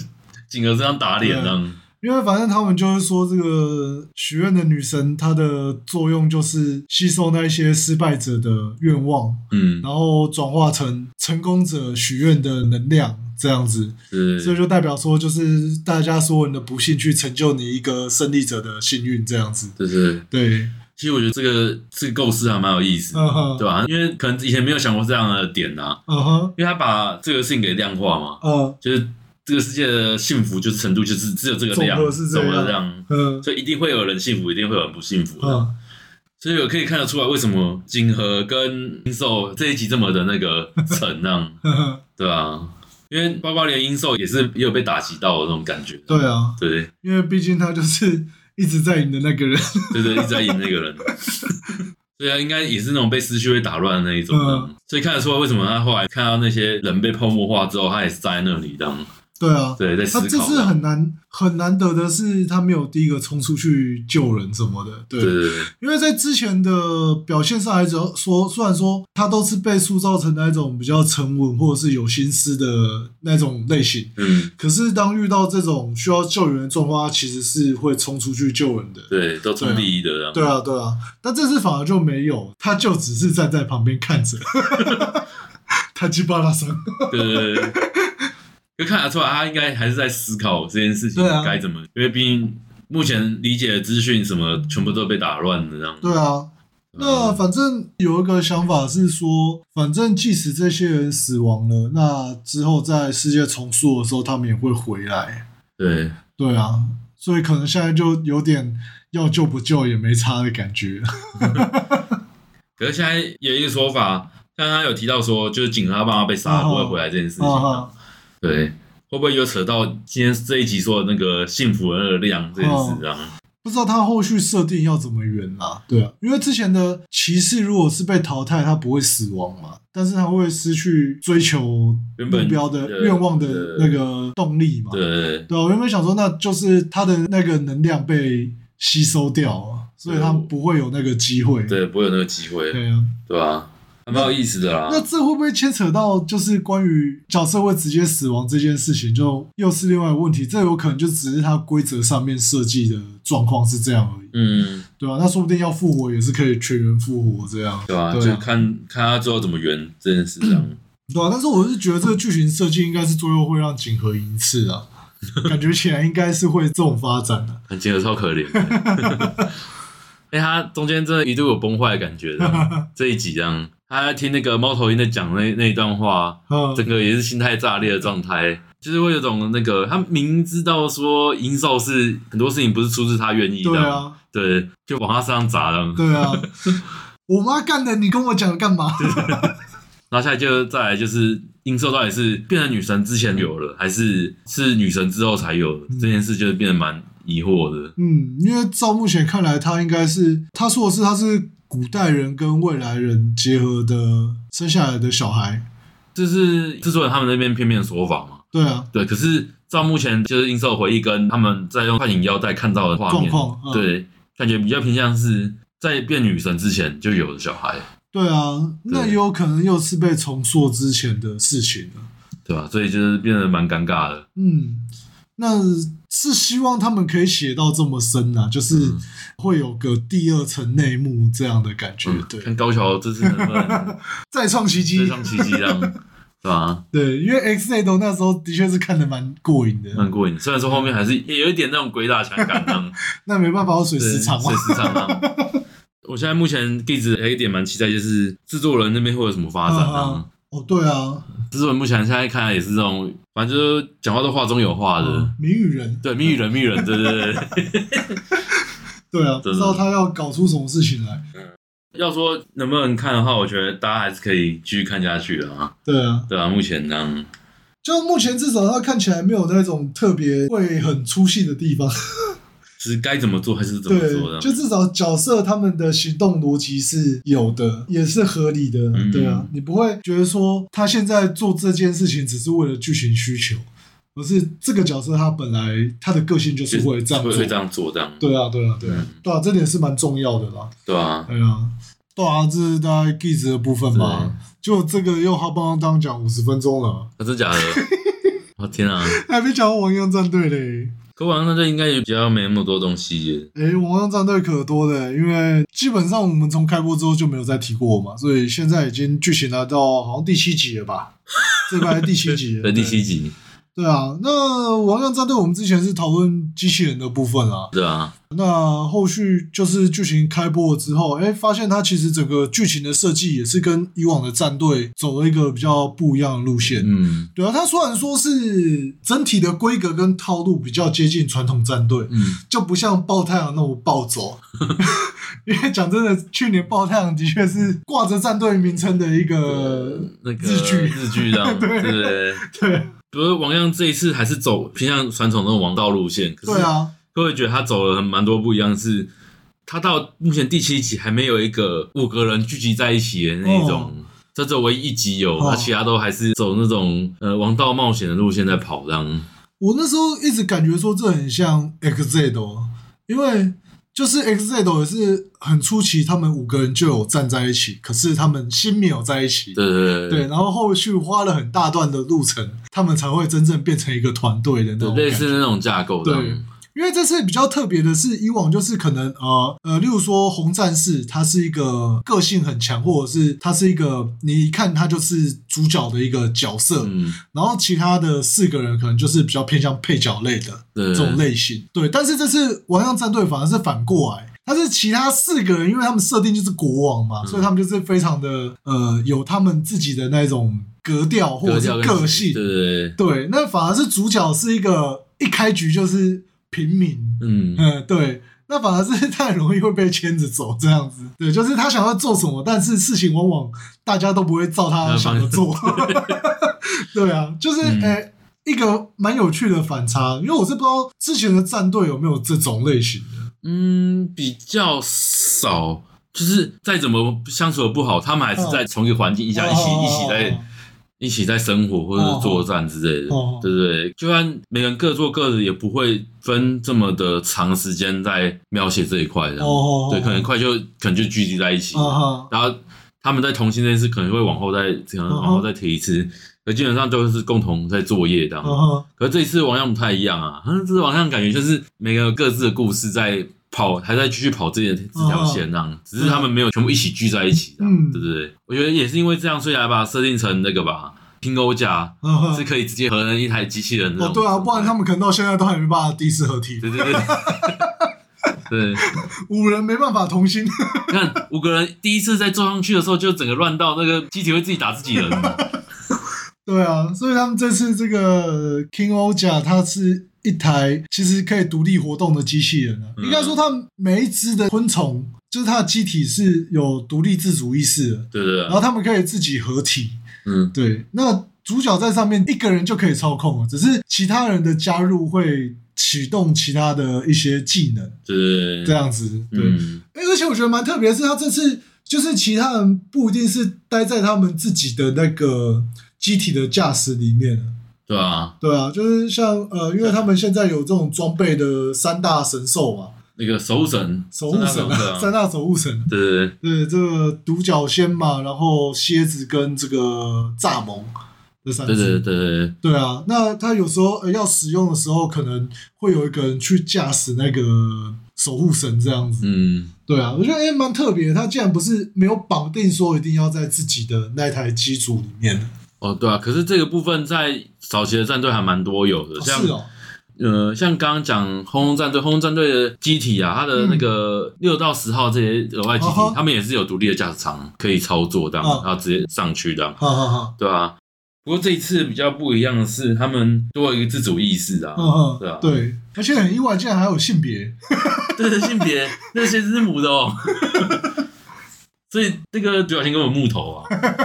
S2: 景儿身上打
S1: 嗯
S2: 脸这样。
S1: 因为反正他们就是说，这个许愿的女神她的作用就是吸收那一些失败者的愿望，
S2: 嗯，
S1: 然后转化成成功者许愿的能量。这样子，
S2: 是，
S1: 所以就代表说，就是大家所有人的不幸去成就你一个胜利者的幸运，这样子。
S2: 就是，
S1: 对，
S2: 其实我觉得这个这个构思还蛮有意思的，
S1: 嗯哼，
S2: 对吧、因为可能以前没有想过这样的点啊，
S1: 嗯哼，
S2: 因为他把这个事情给量化嘛，
S1: 嗯
S2: 就是这个世界的幸福就是程度就是只有这个量，
S1: 总和是这样
S2: 总和量
S1: 嗯
S2: 所以一定会有人幸福，一定会有人不幸福的。
S1: 嗯，
S2: 所以我可以看得出来，为什么 景和跟金寿这一集这么的那个沉啊，
S1: 嗯哼
S2: 对吧、啊？因为包括连英寿也是也有被打击到的那种感觉。
S1: 对啊，
S2: 对
S1: 因为毕竟他就是 一直在赢的那个人。
S2: 对对，一直在演那个 人。对啊，应该也是那种被思绪会打乱的那一种、
S1: 嗯
S2: 所以看得出来为什么他后来看到那些人被泡沫化之后，他也是站在那里这样，
S1: 对啊，
S2: 对，在思
S1: 他
S2: 考
S1: 这
S2: 这
S1: 次
S2: 样。
S1: 很难很难得的是，他没有第一个冲出去救人什么的。对，
S2: 对对对，
S1: 因为在之前的表现上来讲说，虽然说他都是被塑造成那种比较沉稳或者是有心思的那种类型，
S2: 嗯，
S1: 可是当遇到这种需要救援的状况，他其实是会冲出去救人的。
S2: 对，都冲第一的这样。
S1: 对啊，对啊，但这次反而就没有，他就只是站在旁边看着。 他鸡巴拉桑，
S2: 对对对对，就看得出来他应该还是在思考这件事情
S1: 对啊
S2: 该怎么，因为毕竟目前理解的资讯什么全部都被打乱了这样。
S1: 对啊，那
S2: 嗯
S1: 反正有一个想法是说，反正即使这些人死亡了，那之后在世界重塑的时候，他们也会回来。
S2: 对，
S1: 对啊，所以可能现在就有点要救不救也没差的感觉。
S2: 可是现在有一个说法，刚刚有提到说，就是警察爸妈被杀
S1: 嗯
S2: 不会回来这件事情
S1: 啊哈
S2: 啊，，对，会不会有扯到今天这一集说的那个幸福的热量这件
S1: 哦
S2: 事这样？
S1: 不知道他后续设定要怎么圆啦、对啊，因为之前的骑士如果是被淘汰，他不会死亡嘛，但是他会失去追求
S2: 原本
S1: 目标的
S2: 的
S1: 愿望的
S2: 的
S1: 那个动力嘛。
S2: 对对对
S1: 对啊，我原本想说，那就是他的那个能量被吸收掉了，所以他不会有那个机会。
S2: 对，不会有那个机会，
S1: 对啊，
S2: 对吧？还蛮有意思的啦。
S1: 那这会不会牵扯到就是关于角色会直接死亡这件事情，就又是另外一个问题？这有可能就只是它规则上面设计的状况是这样而已，
S2: 嗯，
S1: 对吧、啊那说不定要复活也是可以全员复活这样，
S2: 对吧？
S1: 对
S2: 就
S1: 啊，
S2: 看看他最后怎么圆这件事这样。
S1: 对啊。但是我是觉得这个剧情设计应该是最后会让景和赢次啊，感觉起来应该是会这种发展的、
S2: 很杰克超可怜 的。哎、他中间真的一度有崩坏的感觉 的，这一集这样，他在听那个猫头鹰在讲那那一段话，
S1: 嗯，
S2: 整个也是心态炸裂的状态，就是会有种那个他明知道说银兽是很多事情不是出自他愿意的，
S1: 对啊。
S2: 对，就往他身上砸了。
S1: 对啊，我妈干的，你跟我讲干嘛？
S2: 然后下来就再来就是银兽到底是变成女神之前有了，还是是女神之后才有的这件事，就是变得蛮疑惑的。
S1: 嗯，因为照目前看来，她应该是她说的是她是古代人跟未来人结合的生下来的小孩。
S2: 就是制作人他们那边片面说法嘛，
S1: 对啊，
S2: 对，可是照目前就是英寿回忆跟他们在用幻影腰带看到的画
S1: 状
S2: 面，
S1: 况嗯
S2: 对，感觉比较偏向是在变女神之前就有的小孩，
S1: 对啊，那也有可能又是被重塑之前的事情了。
S2: 对吧？所以就是变得蛮尴尬的。
S1: 嗯，那是希望他们可以写到这么深啊，就是
S2: 嗯
S1: 会有个第二层内幕这样的感觉。
S2: 嗯，看
S1: 对，
S2: 高桥这次能 不能
S1: 再创奇
S2: 追
S1: 迹。
S2: 上奇迹，这样，对吧？
S1: 对，因为 X 内斗那时候的确是看得蛮过瘾的，
S2: 蛮过瘾。虽然说后面还是也有一点那种鬼打墙感，这样，
S1: 那没办法，我水
S2: 对
S1: 时长嘛
S2: 水。时长啊。 我现在目前地址有一点蛮期待，就是制作人那边会有什么发展
S1: 嗯
S2: 啊
S1: 嗯？哦，对啊，
S2: 制作人目前现在看来也是这种，反正就是讲话都话中有话的。
S1: 哦谜语人，
S2: 对，谜语人，谜语人，对 对对。
S1: 对啊，不
S2: 真的
S1: 知道他要搞出什么事情来。
S2: 要说能不能看的话，我觉得大家还是可以继续看下去的啊。
S1: 对啊，
S2: 对啊，目前呢，
S1: 就目前至少他看起来没有那种特别会很出戏的地方。
S2: 是该怎么做还是怎么做
S1: 对，
S2: 的。
S1: 就至少角色他们的行动逻辑是有的，也是合理的。
S2: 嗯
S1: 对啊，你不会觉得说他现在做这件事情只是为了剧情需求，而是这个角色他本来他的个性就是会这样
S2: 会
S1: 做。
S2: 会这样嗯做这样，
S1: 对啊，对啊，对啊，对啊，这点是蛮重要的啦。
S2: 对啊，
S1: 对啊，对啊，这是大概 g 子的部分吧。就这个又哈邦当讲五十分钟了，
S2: 那真 假的？我天啊！
S1: 还没讲完王样战队嘞。
S2: 可网上就应该也比较没那么多东西，
S1: 诶，王样战队可多的，因为基本上我们从开播之后就没有再提过嘛，所以现在已经剧情来到好像第七集了 吧？这边第七集了，
S2: 对第七集，
S1: 对。对啊，那王样战队我们之前是讨论机器人的部分啊，
S2: 对啊，
S1: 那后续就是剧情开播了之后，哎，发现它其实整个剧情的设计也是跟以往的战队走了一个比较不一样的路线。
S2: 嗯
S1: 对啊，它虽然说是整体的规格跟套路比较接近传统战队，
S2: 嗯，
S1: 就不像爆太阳那么暴 走。因为讲真的，去年爆太阳的确是挂着战队名称的一个
S2: 呃那个
S1: 日剧
S2: 日剧这样，对
S1: 对
S2: 对对，
S1: 对
S2: 不是王样这一次还是走偏向传统那种王道路线，可
S1: 对
S2: 是
S1: 啊，
S2: 各位觉得他走了很蛮多不一样是，他到目前第七集还没有一个五个人聚集在一起的那一种，这只有唯一一集有，
S1: 哦
S2: 他其他都还是走那种呃王道冒险的路线在跑这样。
S1: 我那时候一直感觉说这很像 XZ，哦因为就是 XZ 哦也是很出奇，他们五个人就有站在一起，可是他们心没有在一起。
S2: 对对
S1: 对，
S2: 对
S1: 然后后续花了很大段的路程，他们才会真正变成一个团队的那
S2: 对，
S1: 种
S2: 类
S1: 感
S2: 似
S1: 觉
S2: 那种架构这
S1: 对
S2: 样。
S1: 因为这次比较特别的是，以往就是可能呃呃，例如说红战士，他是一个个性很强，或者是他是一个你一看他就是主角的一个角色，
S2: 嗯，
S1: 然后其他的四个人可能就是比较偏向配角类的
S2: 对
S1: 这种类型。对，但是这次王样战队反而是反过来。但是其他四个人，因为他们设定就是国王
S2: 嗯
S1: 嘛，所以他们就是非常的呃，有他们自己的那种格调或者
S2: 格
S1: 是
S2: 调跟
S1: 个性。
S2: 对对对，
S1: 对，那反而是主角是一个一开局就是平民，
S2: 嗯，
S1: 嗯，对，那反而是太容易会被牵着走这样子。对，就是他想要做什么，但是事情往往大家都不会照他想的做。对啊，就是诶、
S2: 嗯
S1: 哎一个蛮有趣的反差，因为我是不知道之前的战队有没有这种类型的。
S2: 嗯，比较少，就是再怎么相处的不好，他们还
S1: 嗯
S2: 是在同一个环境下一起、
S1: 哦
S2: 一起在一起在生活或者是作战之类的，
S1: 哦哦
S2: 对不对？就算每个人各做各的，也不会分这么的长时间在描写这一块，这样、
S1: 哦哦哦
S2: 对，可能快就可能就聚集在一起，
S1: 啊哈，
S2: 然后他们在同性这件事可能会往后再可能
S1: 嗯
S2: 往后再提一次，可基本上都是共同在作业这样。
S1: 啊哈，
S2: 可是这一次王样不太一样啊，嗯，这次王样感觉就是每个有各自的故事在跑，还在继续跑这些这条线这样，只是他们没有全部一起聚在一起这
S1: 哦嗯
S2: 样，对不对？我觉得也是因为这样，所以才把它设定成那个吧，拼钩架
S1: 啊哈
S2: 是可以直接合成一台机器人那
S1: 哦
S2: 种。
S1: 对啊，不然他们可能到现在都还没办法第四合体，
S2: 对对对 对。对，
S1: 五人没办法同心。
S2: 看五个人第一次在坐上去的时候，就整个乱到那个机体会自己打自己人，
S1: 对啊，所以他们这次这个 King o j a 它是一台其实可以独立活动的机器人啊。
S2: 嗯
S1: 应该说，它每一只的昆虫，就是它的机体是有独立自主意识的，
S2: 对对
S1: 然
S2: 对，
S1: 后它们可以自己合体。
S2: 嗯，
S1: 对，那主角在上面一个人就可以操控了，只是其他人的加入会启动其他的一些技能，
S2: 对对
S1: 这
S2: 对，
S1: 样子。对，啊
S2: 嗯，
S1: 欸而且我觉得蛮特别，是他这次就是其他人不一定是待在他们自己的那个机体的驾驶里面啊
S2: 对啊，
S1: 对啊，就是像呃，因为他们现在有这种装备的三大神兽嘛，
S2: 那个守护神，
S1: 守护神啊，三大守护神啊，
S2: 对对对，
S1: 对这个独角仙嘛，然后蝎子跟这个蚱蜢这三
S2: 对对
S1: 只，
S2: 对对对，
S1: 对啊，那他有时候呃要使用的时候，可能会有一个人去驾驶那个守护神这样子，
S2: 嗯，
S1: 对啊，我觉得哎蛮、特别，他竟然不是没有绑定说一定要在自己的那台机组里面，
S2: 哦，对啊，可是这个部分在早期的战队还蛮多有的，
S1: 哦
S2: 像、
S1: 是哦，
S2: 呃，像刚刚讲轰轰战队，轰轰战队的机体啊，它的那
S1: 嗯
S2: 个六到十号这些额外机体，
S1: 嗯哼
S2: 他们也是有独立的驾驶舱可以操作这样，
S1: 嗯
S2: 然后直接上去这样，
S1: 哈哈哈，
S2: 对啊。不过这一次比较不一样的是，他们多了一个自主意识啊，
S1: 嗯
S2: 对啊
S1: 嗯，，对，而且很意外，竟然还有性别，
S2: 对的性别，那些是母的哦。 所以这个独角仙根本木头啊。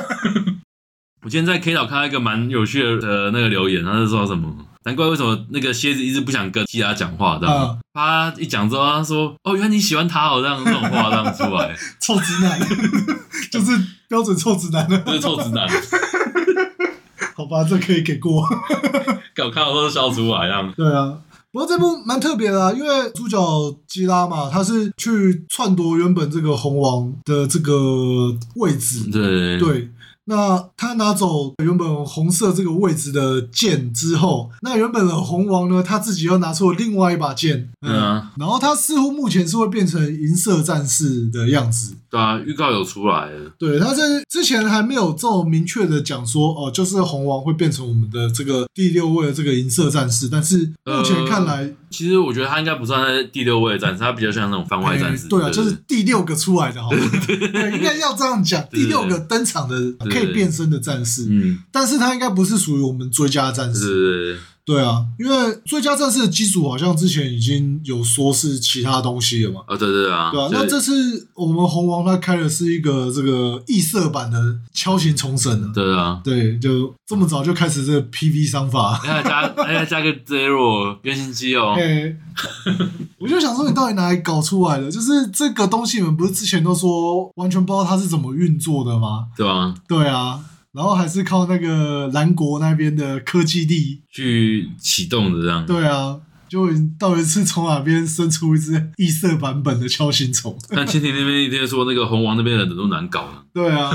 S2: 我今天在 K 岛看到一个蛮有趣的呃那个留言，他是说什么？难怪为什么那个蝎子一直不想跟基拉讲话，这样。
S1: 啊
S2: 他一讲之后，他说：“哦，原来你喜欢他哦。”这样这种话这样出来，
S1: 臭直男， 就是标准臭直男了。
S2: 这是臭直男，
S1: 好吧，这可以给过。
S2: 搞看我都笑出来这样。
S1: 对啊，不过这部蛮特别的、啊，因为主角基拉嘛，他是去篡夺原本这个红王的这个位置。
S2: 对
S1: 对，那他拿走原本红色这个位置的剑之后，那原本的红王呢，他自己又拿出了另外一把剑。
S2: 嗯啊
S1: 然后他似乎目前是会变成银色战士的样子，
S2: 对啊，预告有出来了，
S1: 对，他在之前还没有这么明确的讲说，哦、就是红王会变成我们的这个第六位的这个银色战士，但是目
S2: 呃
S1: 前看来，
S2: 其实我觉得他应该不算在第六位的战士，他比较像那种番外战士。
S1: 哎对啊，就是
S2: 对
S1: 第六个出来的，好了，对，应该要这样讲，
S2: 对
S1: 第六个登场的
S2: 对
S1: 可以变身的战士，
S2: 嗯，
S1: 但是他应该不是属于我们追加的战
S2: 对
S1: 士，
S2: 对对，
S1: 对啊，因为最佳战士的基础好像之前已经有说是其他东西了嘛，
S2: 啊，对对对啊，
S1: 对啊。
S2: 就
S1: 那
S2: 是
S1: 这次我们红王他开的是一个这个异色版的敲形重生了，
S2: 对对啊，
S1: 对，就这么早就开始这个 PV 商法，
S2: 还要加 还要加个 zero 原型机哦，
S1: 嘿，我就想说你到底哪里搞出来的？就是这个东西，你们不是之前都说完全不知道它是怎么运作的吗？
S2: 对吧？
S1: 对啊，然后还是靠那个蓝国那边的科技力，
S2: 去启动的这样。
S1: 对啊，就到底是从哪边生出一只异色版本的敲心虫？
S2: 但蜻蜓那边一天说那个红王那边的人都难搞了，
S1: 对啊，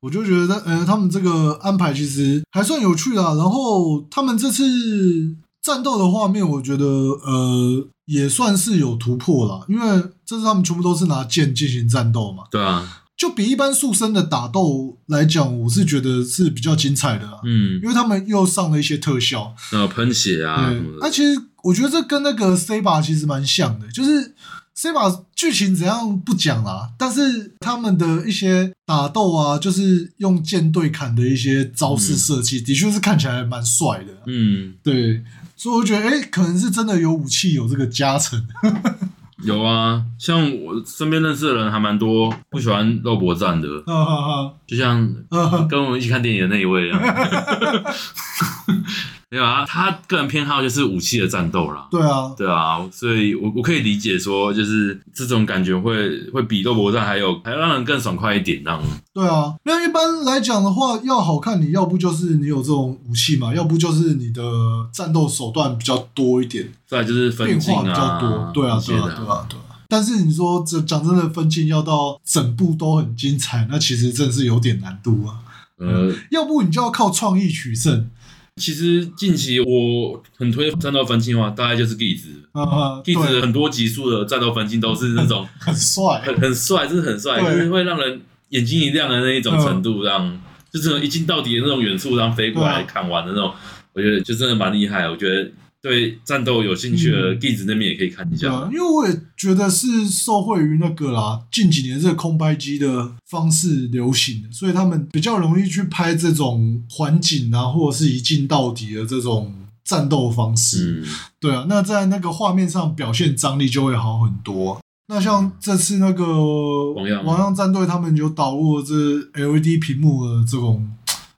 S1: 我就觉得，呃，他们这个安排其实还算有趣啦。然后他们这次战斗的画面，我觉得，呃，也算是有突破啦，因为这次他们全部都是拿剑进行战斗嘛，
S2: 对啊，
S1: 就比一般速生的打斗来讲，我是觉得是比较精彩的啦。
S2: 嗯，
S1: 因为他们又上了一些特效，
S2: 那喷血啊什
S1: 对，
S2: 么
S1: 嗯那、
S2: 的，
S1: 其实我觉得这跟那个 C 把其实蛮像的，就是 C 把剧情怎样不讲啦，但是他们的一些打斗啊，就是用剑对砍的一些招式设计，的确是看起来蛮帅的。
S2: 嗯，
S1: 对，所以我觉得，哎、可能是真的有武器有这个加成。
S2: 有啊，像我身边认识的人还蛮多不喜欢肉搏战的，
S1: 哈哈
S2: 就像
S1: 哈哈
S2: 跟我们一起看电影的那一 位啊，没有啊，他个人偏好就是武器的战斗啦。
S1: 对啊，
S2: 对啊，所以我我可以理解说，就是这种感觉会会比肉搏战还有还要让人更爽快一点，这样。
S1: 对啊，因为一般来讲的话，要好看，你要不就是你有这种武器嘛，要不就是你的战斗手段比较多一点。
S2: 再来就是分
S1: 变
S2: 镜
S1: 化
S2: 啊，
S1: 比较多，对啊，
S2: 一些
S1: 对
S2: 的
S1: 啊，对啊，对啊。但是你说这讲真的，分镜要到整部都很精彩，那其实真的是有点难度啊。
S2: 呃，
S1: 要不你就要靠创意取胜
S2: 其实近期我很推战斗分镜的话，大概就是 Giz。
S1: 啊，
S2: Giz
S1: 对，
S2: 很多集数的战斗分镜都是那 种
S1: 很帅，啊
S2: 很很帅，真的很帅，
S1: 对嗯
S2: 就是会让人眼睛一亮的那一种程度，让、就是一镜到底的那种远处，然后飞过来
S1: 对啊
S2: 看完的那种，我觉得就真的蛮厉害。我觉得对战斗有兴趣的
S1: 嗯
S2: Giz 那边也可以看一
S1: 对
S2: 下。
S1: 啊，因为我也觉得是受惠于那个啦，近几年这个空拍机的方式流行的，所以他们比较容易去拍这种环景啊，或者是一镜到底的这种战斗方式。
S2: 嗯，
S1: 对啊，那在那个画面上表现张力就会好很多。那像这次那个
S2: 王样
S1: 王样战队，他们有导入这 LED 屏幕的这种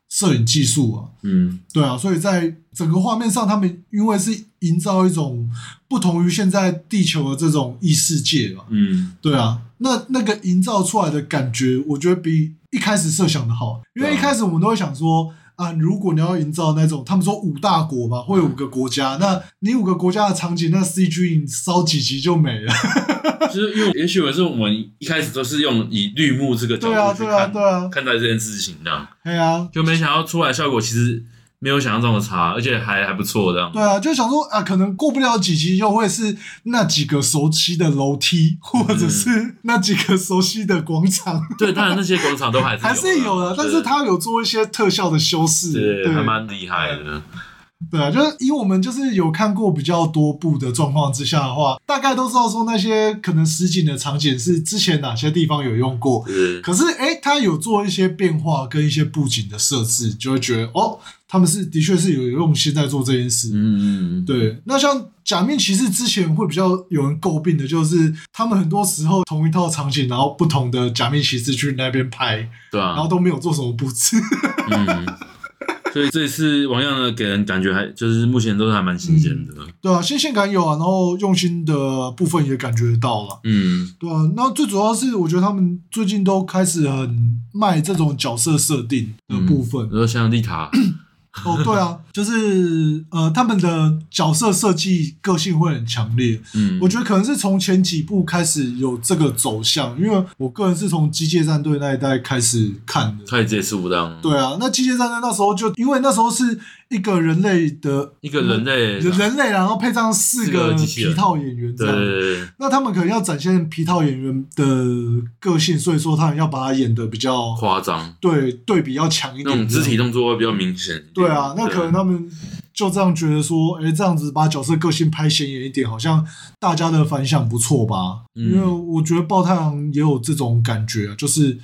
S1: 摄影技术啊，
S2: 嗯，
S1: 对啊，所以在整个画面上，他们因为是营造一种不同于现在地球的这种异世界嘛，
S2: 嗯，
S1: 对啊，那那个营造出来的感觉，我觉得比一开始设想的好，因为
S2: 对
S1: 一
S2: 啊
S1: 开始我们都会想说。啊，如果你要营造那种，他们说五大国嘛，会有五个国家，那你五个国家的场景，那 CG 你烧几集就没了。
S2: 就是因为也许我是我们一开始都是用以绿幕这个角
S1: 对啊，
S2: 度去
S1: 对啊，
S2: 看、
S1: 对啊，
S2: 看待这件事情，这样
S1: 哎呀，
S2: 就没想到出来效果其实没有想象中的差，而且还还不错，这样。
S1: 对啊，就想说啊，可能过不了几集又会是那几个熟悉的楼梯，或者是那几个熟悉的广场，
S2: 对，当然那些广场都还是
S1: 还是有
S2: 的
S1: 的，，但是
S2: 对
S1: 他有做一些特效的修饰，
S2: 对
S1: 对
S2: 还蛮厉害的。
S1: 对啊，就是以我们就是有看过比较多部的状况之下的话，大概都知道说那些可能实景的场景是之前哪些地方有用过。
S2: 对，
S1: 可是，诶，他有做一些变化跟一些布景的设置，就会觉得哦，他们是的确是有用心在做这件事。
S2: 嗯嗯嗯，
S1: 对，那像假面骑士之前会比较有人诟病的，就是他们很多时候同一套场景，然后不同的假面骑士去那边拍，
S2: 对
S1: 然后
S2: 啊，
S1: 都没有做什么布置。
S2: 嗯。所以这次王样呢，给人感觉还就是目前都是还蛮新鲜的。
S1: 对啊，新鲜感有啊，然后用心的部分也感觉得到了。
S2: 嗯，
S1: 对啊，那最主要是我觉得他们最近都开始很卖这种角色设定的
S2: 嗯
S1: 部分。
S2: 然后像丽塔，
S1: 哦，对啊，就是呃，他们的角色设计个性会很强烈。
S2: 嗯，
S1: 我觉得可能是从前几部开始有这个走向，因为我个人是从《机械战队》那一代开始看的。
S2: 开始接触到
S1: 对啊，那《机械战队》那时候就因为那时候是一个人类的
S2: 一个人类，
S1: 人人类，然后配上四
S2: 四个
S1: 个
S2: 机器人
S1: 皮套演员这
S2: 对
S1: 样子。
S2: 对对
S1: 那他们可能要展现皮套演员的个性，所以说他们要把他演的比较
S2: 夸张，
S1: 对对比要强一
S2: 那
S1: 点，
S2: 种肢体动作会比较明显一点。
S1: 对啊，那可能他们就这样觉得说，哎、这样子把角色个性拍显眼一点，好像大家的反响不错吧？
S2: 嗯
S1: 因为我觉得爆太郎也有这种感觉啊，就是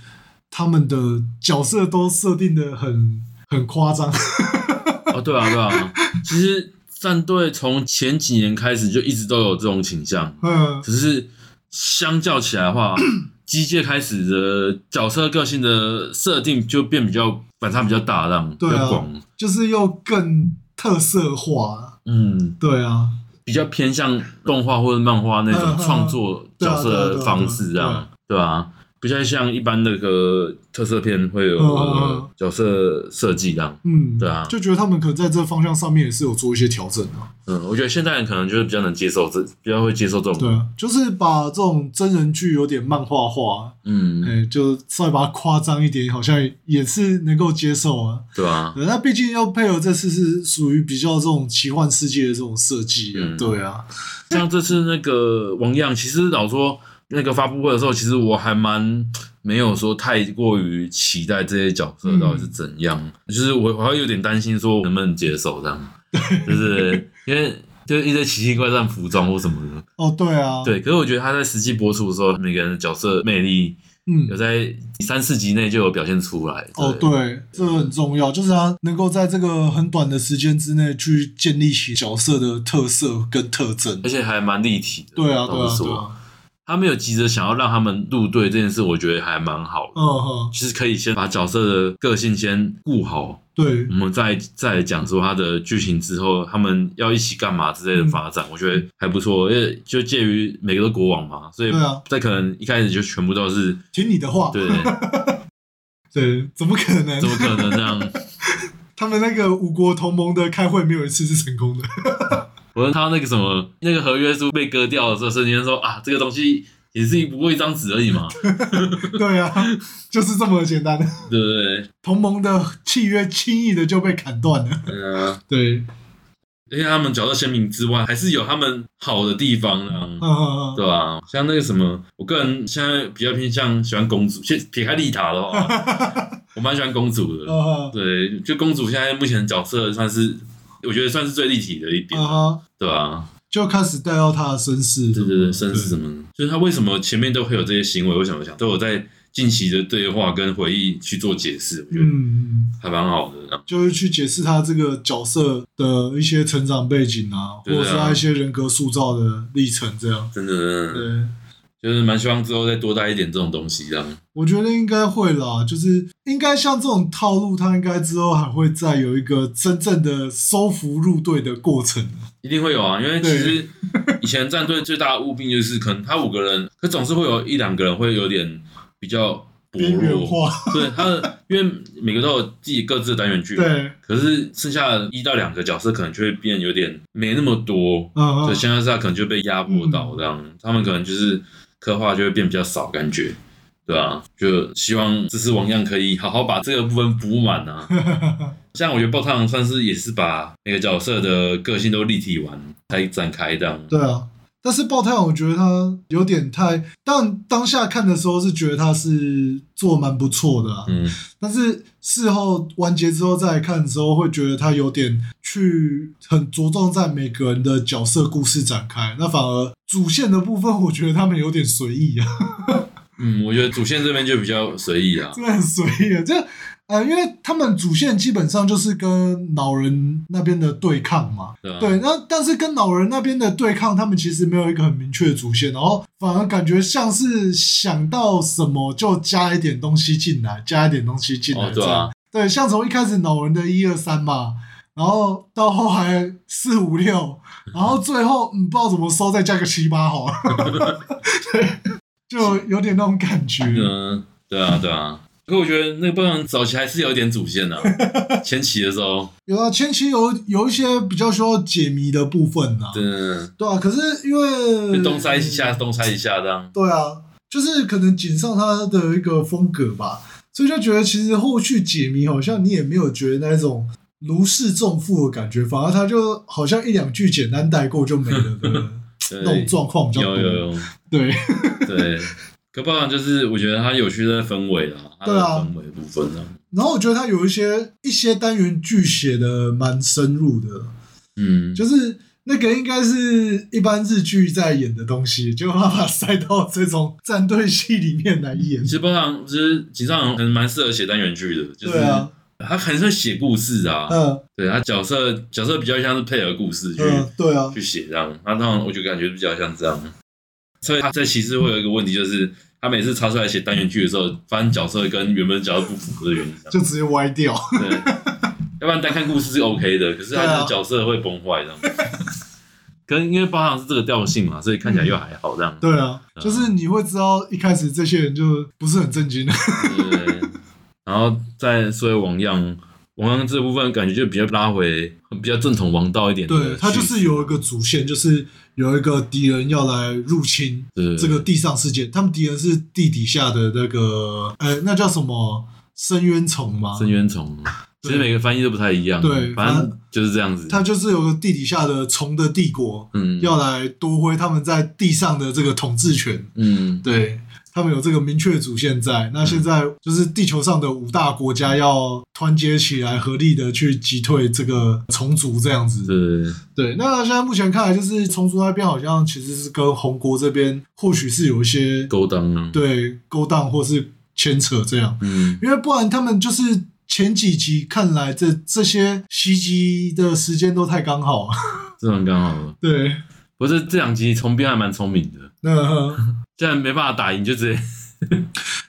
S1: 他们的角色都设定的很很夸张，
S2: 对哦，对啊，对啊，其实战队从前几年开始就一直都有这种倾向，
S1: 嗯，
S2: 只是相较起来的话，机械开始的角色个性的设定就变比较反差比较大，这样比
S1: 对啊
S2: 较广，
S1: 就是又更特色化，
S2: 嗯，
S1: 对啊，
S2: 比较偏向动画或者漫画
S1: 嗯
S2: 那
S1: 嗯嗯
S2: 种创作
S1: 对啊
S2: 角色的方式，这
S1: 对啊对啊
S2: 样对啊，比较像一般那个特色片会有
S1: 嗯嗯嗯
S2: 角色设计这样，
S1: 嗯，
S2: 对啊
S1: 就觉得他们可能在这方向上面也是有做一些调整啊的、
S2: 嗯，我觉得现代人可能就是比较能接受这，比较会接受这种，
S1: 对啊，就是把这种真人剧有点漫画化，
S2: 嗯，
S1: 哎、就稍微把它夸张一点，好像也是能够接受啊。
S2: 对啊，
S1: 对，那毕竟要配合这次是属于比较这种奇幻世界的这种设计啊，
S2: 嗯
S1: 对啊，
S2: 像这次那个王样，其实老说那个发布会的时候，其实我还蛮没有说太过于期待这些角色到
S1: 嗯
S2: 底是怎样，就是我我还有点担心说能不能接受这 样，就是因为。就是一些奇奇怪怪的服装或什么的，
S1: 哦，对啊，，
S2: 对。可是我觉得他在实际播出的时候，每个人的角色魅力
S1: 嗯
S2: 有，在三四集内就有表现出来。
S1: 哦，对，这个很重要，就是他能够在这个很短的时间之内去建立起角色的特色跟特征
S2: 而。且还蛮立体的。
S1: 对啊，对
S2: 老
S1: 啊
S2: 实，
S1: 对
S2: 嗯说，
S1: 啊，
S2: 他没有急着想要让他们入队这件事，我觉得还蛮好的。
S1: 嗯哼，
S2: 其实可以先把角色的个性先顾好，
S1: 对
S2: 我，们再再来讲说他的剧情之后，他们要一起干嘛之
S1: 嗯
S2: 类的发展，我觉得还不错。因为就介于每个都国王嘛，所以
S1: 对啊
S2: 在可能一开始就全部都是
S1: 听你的话，
S2: 对，
S1: 对，怎么可能
S2: 怎？么可能这样？
S1: 他们那个五国同盟的开会没有一次是成功的。
S2: 我问他那个什么那个合约书被割掉的时候，瞬间说啊，这个东西也是不过一张纸而已 嘛，
S1: 对啊，就是这么简单。
S2: 对不对？
S1: 同盟的契约轻易的就被砍断了。
S2: 嗯、
S1: 对，
S2: 而且他们角色鲜明之外，还是有他们好的地方啊。
S1: 嗯嗯嗯，
S2: 对吧、像那个什么，我个人现在比较偏向喜欢公主。先撇开丽塔 的话，我蛮喜欢公主的。
S1: 嗯嗯
S2: 对，就公主现在目前的角色算是，我觉得算是最立体的一点，
S1: 嗯哼，
S2: 对吧、
S1: 就开始带到他的身世。
S2: 对对对，甚至什么，就是他为什么前面都会有这些行为，我想我想都有在近期的对话跟回忆去做解释，我觉得
S1: 嗯，
S2: 还蛮好的。然后
S1: 就是去解释他这个角色的一些成长背景啊，或
S2: 对啊
S1: 者是他一些人格塑造的历程这样。
S2: 真的，真的
S1: 对，
S2: 就是蛮希望之后再多带一点这种东西，这样。
S1: 我觉得应该会啦，就是应该像这种套路，他应该之后还会再有一个真正的收服入队的过程。
S2: 一定会有啊，因为其实以前战队最大的弊病就是，可能他五个人，可总是会有一两个人会有点比较薄
S1: 边缘
S2: 弱，
S1: 化，
S2: 对他 的，因为每个都有自己各自的单元剧，
S1: 对，
S2: 可是剩下的一到两个角色可能就会变有点没那么多，
S1: 嗯
S2: 所
S1: 嗯，
S2: 以现在是他可能就被压迫到这样，他们可能就是刻画就会变比较少，感觉。对啊，就希望这次王样可以好好把这个部分补满 啊。像我觉得爆太郎算是也是把每个角色的个性都立体完，才展开这样。
S1: 对啊。但是爆太阳，我觉得他有点太，但当下看的时候是觉得他是做蛮不错的、啊，
S2: 嗯，
S1: 但是事后完结之后再来看的时候，会觉得他有点去很着重在每个人的角色故事展开，那反而主线的部分，我觉得他们有点随意啊，
S2: 嗯，我觉得主线这边就比较随意啊。
S1: 真的很随意啊，这。呃，因为他们主线基本上就是跟老人那边的对抗嘛，
S2: 对啊，
S1: 对，那但是跟老人那边的对抗，他们其实没有一个很明确的主线，然后反而感觉像是想到什么就加一点东西进来，加一点东西进来
S2: 哦
S1: 这
S2: 对啊
S1: 样。对，像从一开始老人的一二三嘛，然后到后来四五六，然 后最后嗯不知道怎么收，再加个七八好了，对，就有点那种感觉。
S2: 嗯，对啊，对啊。可我觉得那个爆太郎早期还是有点主线 的、啊，前期的时候，
S1: 有啊，前期有有一些比较需要解谜的部分呐、啊，
S2: 真的
S1: 对啊，可是因为
S2: 就东塞一下，东塞一下这样。
S1: 对啊，就是可能锦上他的一个风格吧，所以就觉得其实后续解谜好像你也没有觉得那种如释重负的感觉，反而他就好像一两句简单带过就没了 的
S2: 对
S1: 那种状况比较多。
S2: 有有有。
S1: 对，
S2: 对，可爆然就是我觉得它有趣的氛围啦，它
S1: 对
S2: 的
S1: 啊
S2: 氛围部分啊，
S1: 然后我觉得他有一些一些单元剧写的蛮深入的，
S2: 嗯，
S1: 就是。那个应该是一般日剧在演的东西，就把它塞到这种战队戏里面来演
S2: 其。实爆然就是井上很蛮适合写单元剧的，就是
S1: 对啊
S2: 他很会写故事啊，
S1: 嗯
S2: 对他角色角色比较像是配合故事去、
S1: 嗯，对啊，
S2: 去写这样，他通常我就感觉比较像这样，所以他在其实会有一个问题，就是他每次插出来写单元剧的时候，发现角色跟原本角色不符合的原因，
S1: 就直接歪掉。
S2: 对，要不然单看故事是 OK 的，可是他
S1: 对啊
S2: 的角色会崩坏这样。可能因为包含是这个调性嘛，所以看起来又还好这样。
S1: 对啊，
S2: 嗯
S1: 就是你会知道一开始这些人就不是很正经的。
S2: 对，然后再说回王样，王样这部分感觉就比较拉回比较正统王道一点的叙
S1: 对
S2: 事。
S1: 他就是有一个主线，就是有一个敌人要来入侵
S2: 对
S1: 这个地上世界，他们敌人是地底下的那个，呃，那叫什么深渊虫吗？
S2: 深渊虫，其实每个翻译都不太一样。啊
S1: 对
S2: 反
S1: 反
S2: 正就是这样子。
S1: 它就是有个地底下的虫的帝国，
S2: 嗯
S1: 要来夺回他们在地上的这个统治权。
S2: 嗯
S1: 对他们有这个明确的主线在。那现在就是地球上的五大国家要团结起来，合力的去击退这个虫族这样子。
S2: 对
S1: 对，那现在目前看来，就是虫族那边好像其实是跟红国这边或许是有一些
S2: 勾当啊。
S1: 对勾当或是牵扯这样，
S2: 嗯
S1: 因为不然他们就是。前几集看来这这些袭击的时间都太刚好，
S2: 这种刚好了。
S1: 对，
S2: 不是这两集重编还蛮聪明的，
S1: 那
S2: 既然没办法打赢，就直接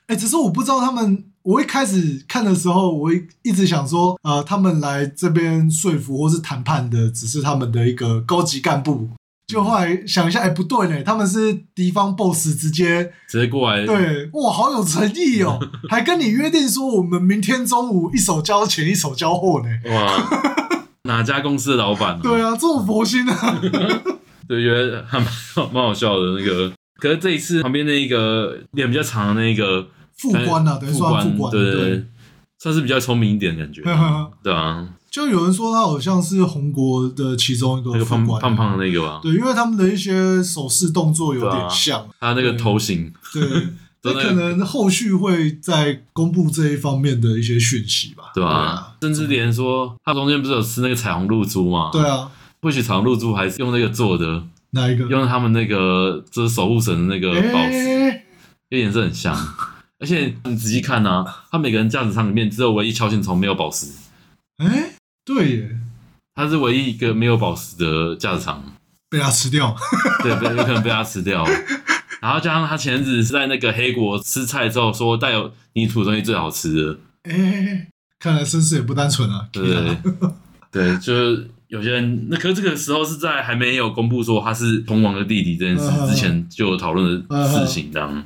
S1: 哎、只是我不知道他们。我一开始看的时候，我一一直想说，呃，他们来这边说服或是谈判的，只是他们的一个高级干部。就后来想一下，哎、不对呢，他们是敌方 BOSS 直接
S2: 直接过来。
S1: 对，哇，好有诚意 哦，还跟你约定说我们明天中午一手交钱一手交货呢。
S2: 哇，哪家公司的老板、啊？
S1: 对啊，这种佛心啊，
S2: 对，觉得还蛮蛮好笑的那个。可是这一次旁边那一个脸比较长的那一个
S1: 副官啊，等于
S2: 副
S1: 说他
S2: 官，
S1: 副官，
S2: 对
S1: 对，
S2: 算是比较聪明一点的感觉，对啊，
S1: 就有人说他好像是红国的其中一个
S2: 那个
S1: 副
S2: 胖
S1: 官，啊
S2: 胖胖的那个吧，
S1: 对，因为他们的一些手势动作有
S2: 对啊
S1: 点 像，
S2: 他那个头型，
S1: 对，那
S2: 真的
S1: 可能后续会再公布这一方面的一些讯息吧，
S2: 对吧、啊
S1: 啊
S2: 甚至连说他中间不是有吃那个彩虹露珠嘛，
S1: 对啊？对，啊，
S2: 或许彩虹露珠还是用那个做的，
S1: 哪一个？
S2: 用他们那个就是守护神的那个宝石，
S1: 哎，
S2: 跟颜色很像。而且你仔细看啊，他每个人架子上里面只有唯一敲线虫没有宝石，
S1: 哎，对耶，
S2: 他是唯一一个没有宝石的架子场，
S1: 被他吃掉，
S2: 对，被有可能被他吃掉。然后加上他前阵子是在那个黑国吃菜之后说带有泥土的东西最好吃的，
S1: 哎，看来身世也不单纯啊，
S2: 对对对，就是有些人那可是这个时候是在还没有公布说他是同王的弟弟这件事之前就有讨论的事情，这样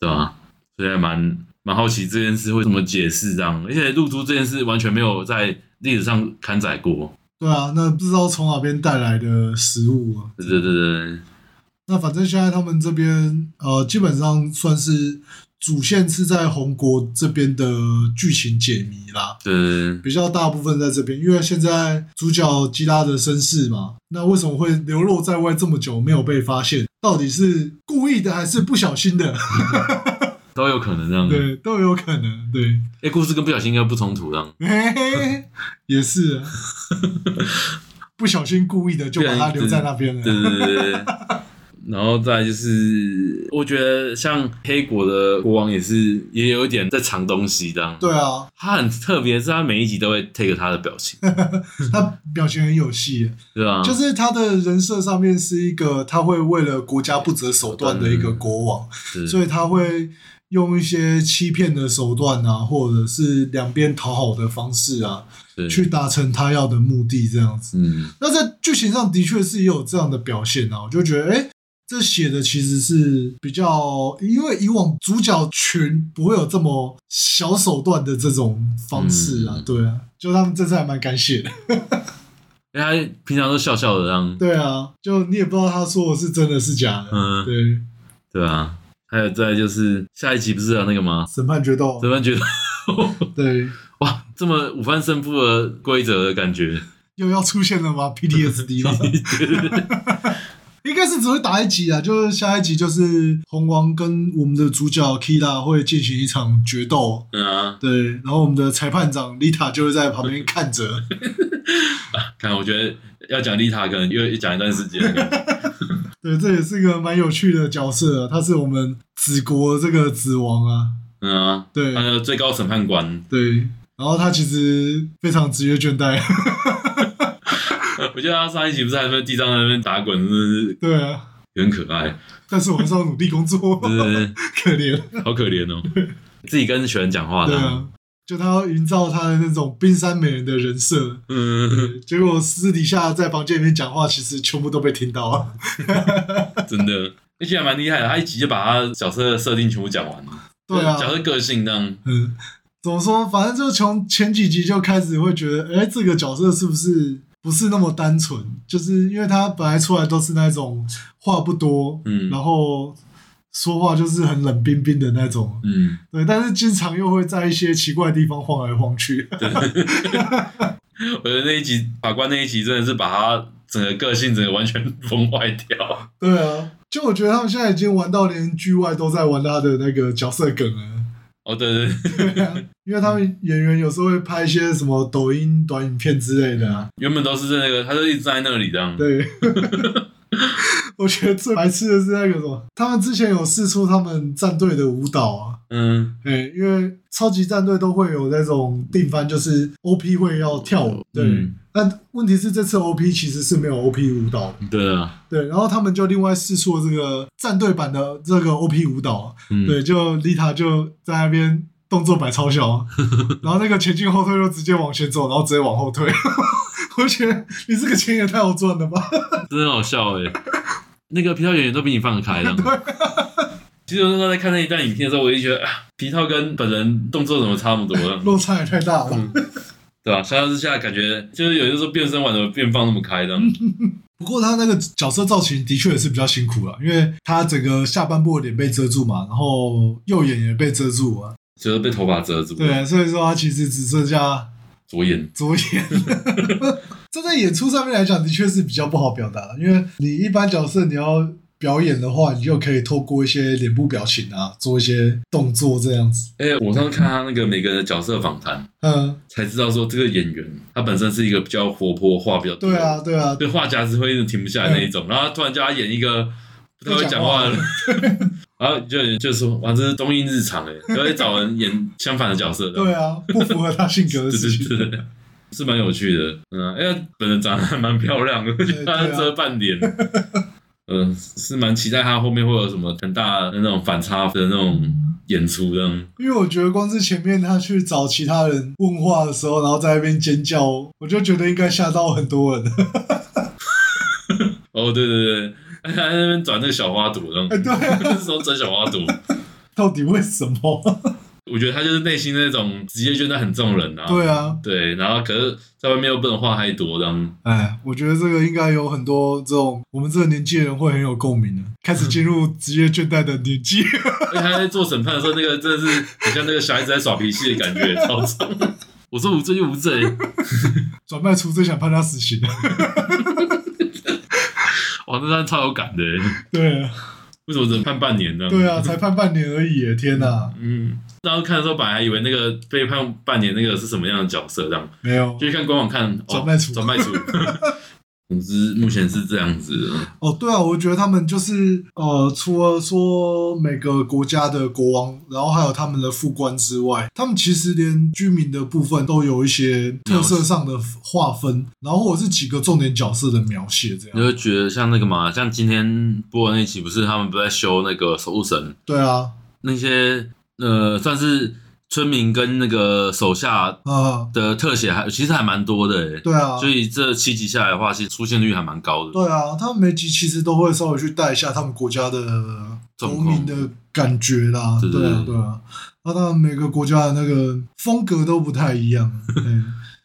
S2: 对吧、所以还蛮蛮好奇这件事会怎么解释这样，而且露珠这件事完全没有在历史上刊载过，
S1: 对啊，那不知道从哪边带来的食物啊，
S2: 对对对对，
S1: 那反正现在他们这边呃，基本上算是主线是在红国这边的剧情解谜啦，
S2: 对对对。
S1: 比较大部分在这边，因为现在主角基拉的身世嘛，那为什么会流落在外这么久没有被发现？到底是故意的还是不小心的？
S2: 都有可能这样。哎、
S1: 对，都有可能。对，
S2: 故事跟不小心应该不冲突这样。
S1: 嘿嘿也是、啊，不小心故意的就把他留在那边
S2: 对
S1: 了。
S2: 对对对对。 然后再来就是，我觉得像黑国的国王也是也有一点在藏东西这样。
S1: 对啊，
S2: 他很特别，是他每一集都会 take 他的表情，
S1: 啊他表情很有戏，
S2: 对啊吧？
S1: 嗯就是他的人设上面是一个他会为了国家不择手段的一个国王，
S2: 是
S1: 所以他会用一些欺骗的手段啊，或者是两边讨好的方式啊，
S2: 是
S1: 去达成他要的目的，这样子。
S2: 嗯，
S1: 那在剧情上的确是也有这样的表现啊，我就觉得，哎、这写的其实是比较，因为以往主角群不会有这么小手段的这种方式啊，
S2: 嗯
S1: 对啊，就他们这次还蛮敢写的，
S2: 因为他平常都笑笑的这样，
S1: 对啊，就你也不知道他说的是真的是假的，
S2: 嗯
S1: 对，
S2: 对啊。还有再来就是下一集不是有那个吗？
S1: 审判决斗
S2: 怎，么觉得
S1: 对，
S2: 哇，这么五番胜负的规则的感觉？
S1: 又要出现了吗？PTSD 吗？ 应该是只会打一集啊，就是下一集就是红王跟我们的主角 Kira 会进行一场决斗，
S2: 嗯啊，
S1: 对，然后我们的裁判长 Lita 就会在旁边看着，
S2: 看我觉得要讲丽塔，可能又讲一段时间。
S1: 对，这也是一个蛮有趣的角色啊，他是我们子国这个子王啊，
S2: 嗯啊，
S1: 对
S2: 那个最高审判官，
S1: 对，然后他其实非常职业倦怠，
S2: 我记得他上一集不是还在地上在那边打滚，真的是
S1: 对啊，
S2: 很可爱，
S1: 但是我还是要努力工作，
S2: 真的
S1: 可怜，
S2: 是好可怜哦。 自己跟雪人讲话
S1: 对
S2: 的，
S1: 啊，就他要营造他的那种冰山美人的人设，
S2: 嗯，
S1: 结果私底下在房间里面讲话，其实全部都被听到 啊，
S2: 真的，而且还蛮厉害的，他一集就把他角色的设定全部讲完了，
S1: 对啊，
S2: 角色个性这样，
S1: 嗯，怎么说？反正就从前几集就开始会觉得，哎、这个角色是不是不是那么单纯？就是因为他本来出来都是那种话不多，
S2: 嗯
S1: 然后说话就是很冷冰冰的那种，
S2: 嗯，
S1: 对。但是经常又会在一些奇怪的地方晃来晃去，
S2: 我觉得那一集法官那一集真的是把他整个个性整个完全 崩坏掉，
S1: 对啊。就我觉得他们现在已经玩到连 G Y 都在玩他的那个角色梗了。
S2: 哦，对对对，
S1: 对啊， 因为他们演员有时候会拍一些什么抖音短影片之类的啊，
S2: 原本都是在那个，他就一直在那里这样，
S1: 对， 我觉得最白痴的是那个什么，他们之前有试出他们战队的舞蹈啊，
S2: 嗯，
S1: 哎、因为超级战队都会有那种定番，就是 OP 会要跳舞，对。
S2: 嗯
S1: 但问题是这次 OP 其实是没有 OP 舞蹈的，
S2: 对啊，
S1: 对，然后他们就另外试出了这个战队版的这个 OP 舞蹈，
S2: 嗯，
S1: 对，就丽塔就在那边动作摆超小，然后那个前进后退就直接往前走，然后直接往后退， 我觉得你这个钱也太好赚了吧。
S2: 真的好笑 哎、那个皮套演员都比你放得开这
S1: 啊
S2: 样。其实我那时候在看那一段影片的时候，我就觉得啊皮套跟本人动作怎么差那么多呢，
S1: 落差也太大了。
S2: 对吧、相较之下，感觉就是有些时候变身玩的变放那么开这样，
S1: 嗯不过他那个角色造型的确也是比较辛苦啊了，因为他整个下半部的脸被遮住嘛，然后右眼也被遮住啊，
S2: 就是被头发遮住，
S1: 对，啊所以说他其实只剩下
S2: 左眼，
S1: 左眼。嗯这在演出上面来讲，的确是比较不好表达了，因为你一般角色你要表演的话，你又可以透过一些脸部表情啊，做一些动作这样子。
S2: 哎、我上次看他那个每个人的角色访谈，
S1: 嗯，
S2: 才知道说这个演员他本身是一个比较活泼、话比较多，
S1: 对啊，，对啊，
S2: 对话匣子会一直停不下来那一种，然后他突然叫他演一个不太会讲话的人， 然后就有人就说哇，这是东映日常哎、欸，就会找人演相反的角色，
S1: 对啊，不符合他性格的
S2: 对
S1: 事情。
S2: 对对对，是蛮有趣的，嗯，哎呀，本人长得还蛮漂亮的，我觉得他遮半脸。嗯，是蛮期待他后面会有什么很大的那种反差的那种演出这样。
S1: 因为我觉得光是前面他去找其他人问话的时候，然后在那边尖叫，我就觉得应该吓到很多人。
S2: 哦，对对对，他在那边转那个小花朵，然后
S1: 对啊
S2: 那时候转小花朵，
S1: 到底为什么？
S2: 我觉得他就是内心那种职业倦怠很重的人啊。
S1: 对啊，
S2: 对，然后可是在外面又不能话太多，这样
S1: 哎，我觉得这个应该有很多这种我们这个年纪的人会很有共鸣的，开始进入职业倦怠的年纪。
S2: 而且他在做审判的时候，那个真的是很像那个小孩子在耍脾气的感觉，超重。我说无罪就无罪，
S1: 转卖出最想判他死刑。
S2: 哇，那段超有感的欸，
S1: 对啊，
S2: 为什么只能判半年呢？
S1: 对啊，才判半年而已耶，天哪、
S2: 嗯，当时看的时候本来还以为那个被判半年那个是什么样的角色，这样
S1: 没有
S2: 就去看官网看，哦，
S1: 转卖处
S2: 转卖处。 总之目前是这样子的，
S1: 哦，对啊，我觉得他们就是呃，除了说每个国家的国王，然后还有他们的副官之外，他们其实连居民的部分都有一些特色上的划分，然后或者是几个重点角色的描写这
S2: 你
S1: 样。
S2: 会觉得像那个嘛，像今天播的那期不是他们不在修那个守护神，
S1: 对啊，
S2: 那些呃，算是村民跟那个手下
S1: 啊、
S2: 的特写还，其实还蛮多的诶。
S1: 对啊
S2: 所，以这七集下来的话，其实出现率还蛮高的。
S1: 对啊，他们每集其实都会稍微去带一下他们国家的
S2: 状
S1: 国
S2: 况
S1: 民的感觉啦，
S2: 对对
S1: 对啊，
S2: 对
S1: 对啊，那当然每个国家的那个风格都不太一样，对，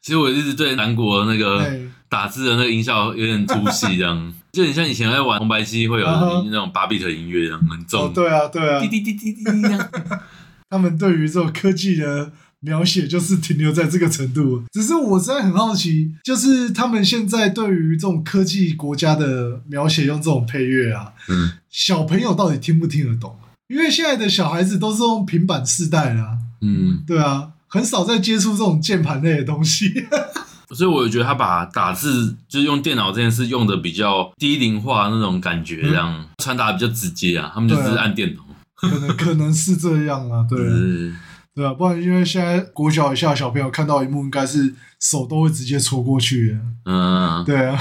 S2: 其实我一直对南国那个
S1: 哎
S2: 打字的那个音效有点出戏，这样就很像以前在玩红白机会有
S1: 啊哈
S2: 那种巴比特音乐这样很
S1: 哦
S2: 重，，
S1: 对啊，对啊
S2: 滴，滴滴滴滴滴这样。
S1: 他们对于这种科技的描写就是停留在这个程度。只是我实在很好奇，就是他们现在对于这种科技国家的描写用这种配乐啊，
S2: 嗯，
S1: 小朋友到底听不听得懂？因为现在的小孩子都是用平板世代啦、
S2: 嗯，
S1: 对啊，很少在接触这种键盘类的东西。
S2: 所以我觉得他把打字就是用电脑这件事用的比较低龄化那种感觉，这样传达比较直接啊。他们就只是
S1: 嗯对啊
S2: 按电脑，嗯
S1: 可能可能是这样啊，对。
S2: 只是
S1: 对啊，不然因为现在国小以下的小朋友看到一幕，应该是手都会直接戳过去的。
S2: 嗯，
S1: 对啊，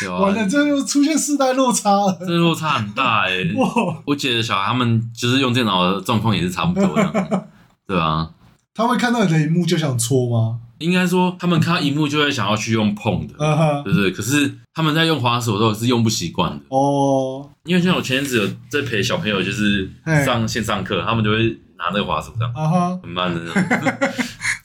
S2: 对啊吧？
S1: 完了，这又出现世代落差了。
S2: 这落差很大哎、欸。
S1: 哇，
S2: 我姐的小孩他们就是用电脑的状况也是差不多 的，对啊。
S1: 他会看到你的荧幕就想戳吗？
S2: 应该说他们看到荧幕就会想要去用碰的，
S1: 啊哈，
S2: 对不对？可是他们在用滑手的时候是用不习惯的，
S1: 哦，
S2: 因为像我前阵子有在陪小朋友，就是
S1: 嘿
S2: 上线上课，他们就会拿那个滑手这样
S1: 啊哈，
S2: 很慢的 那种，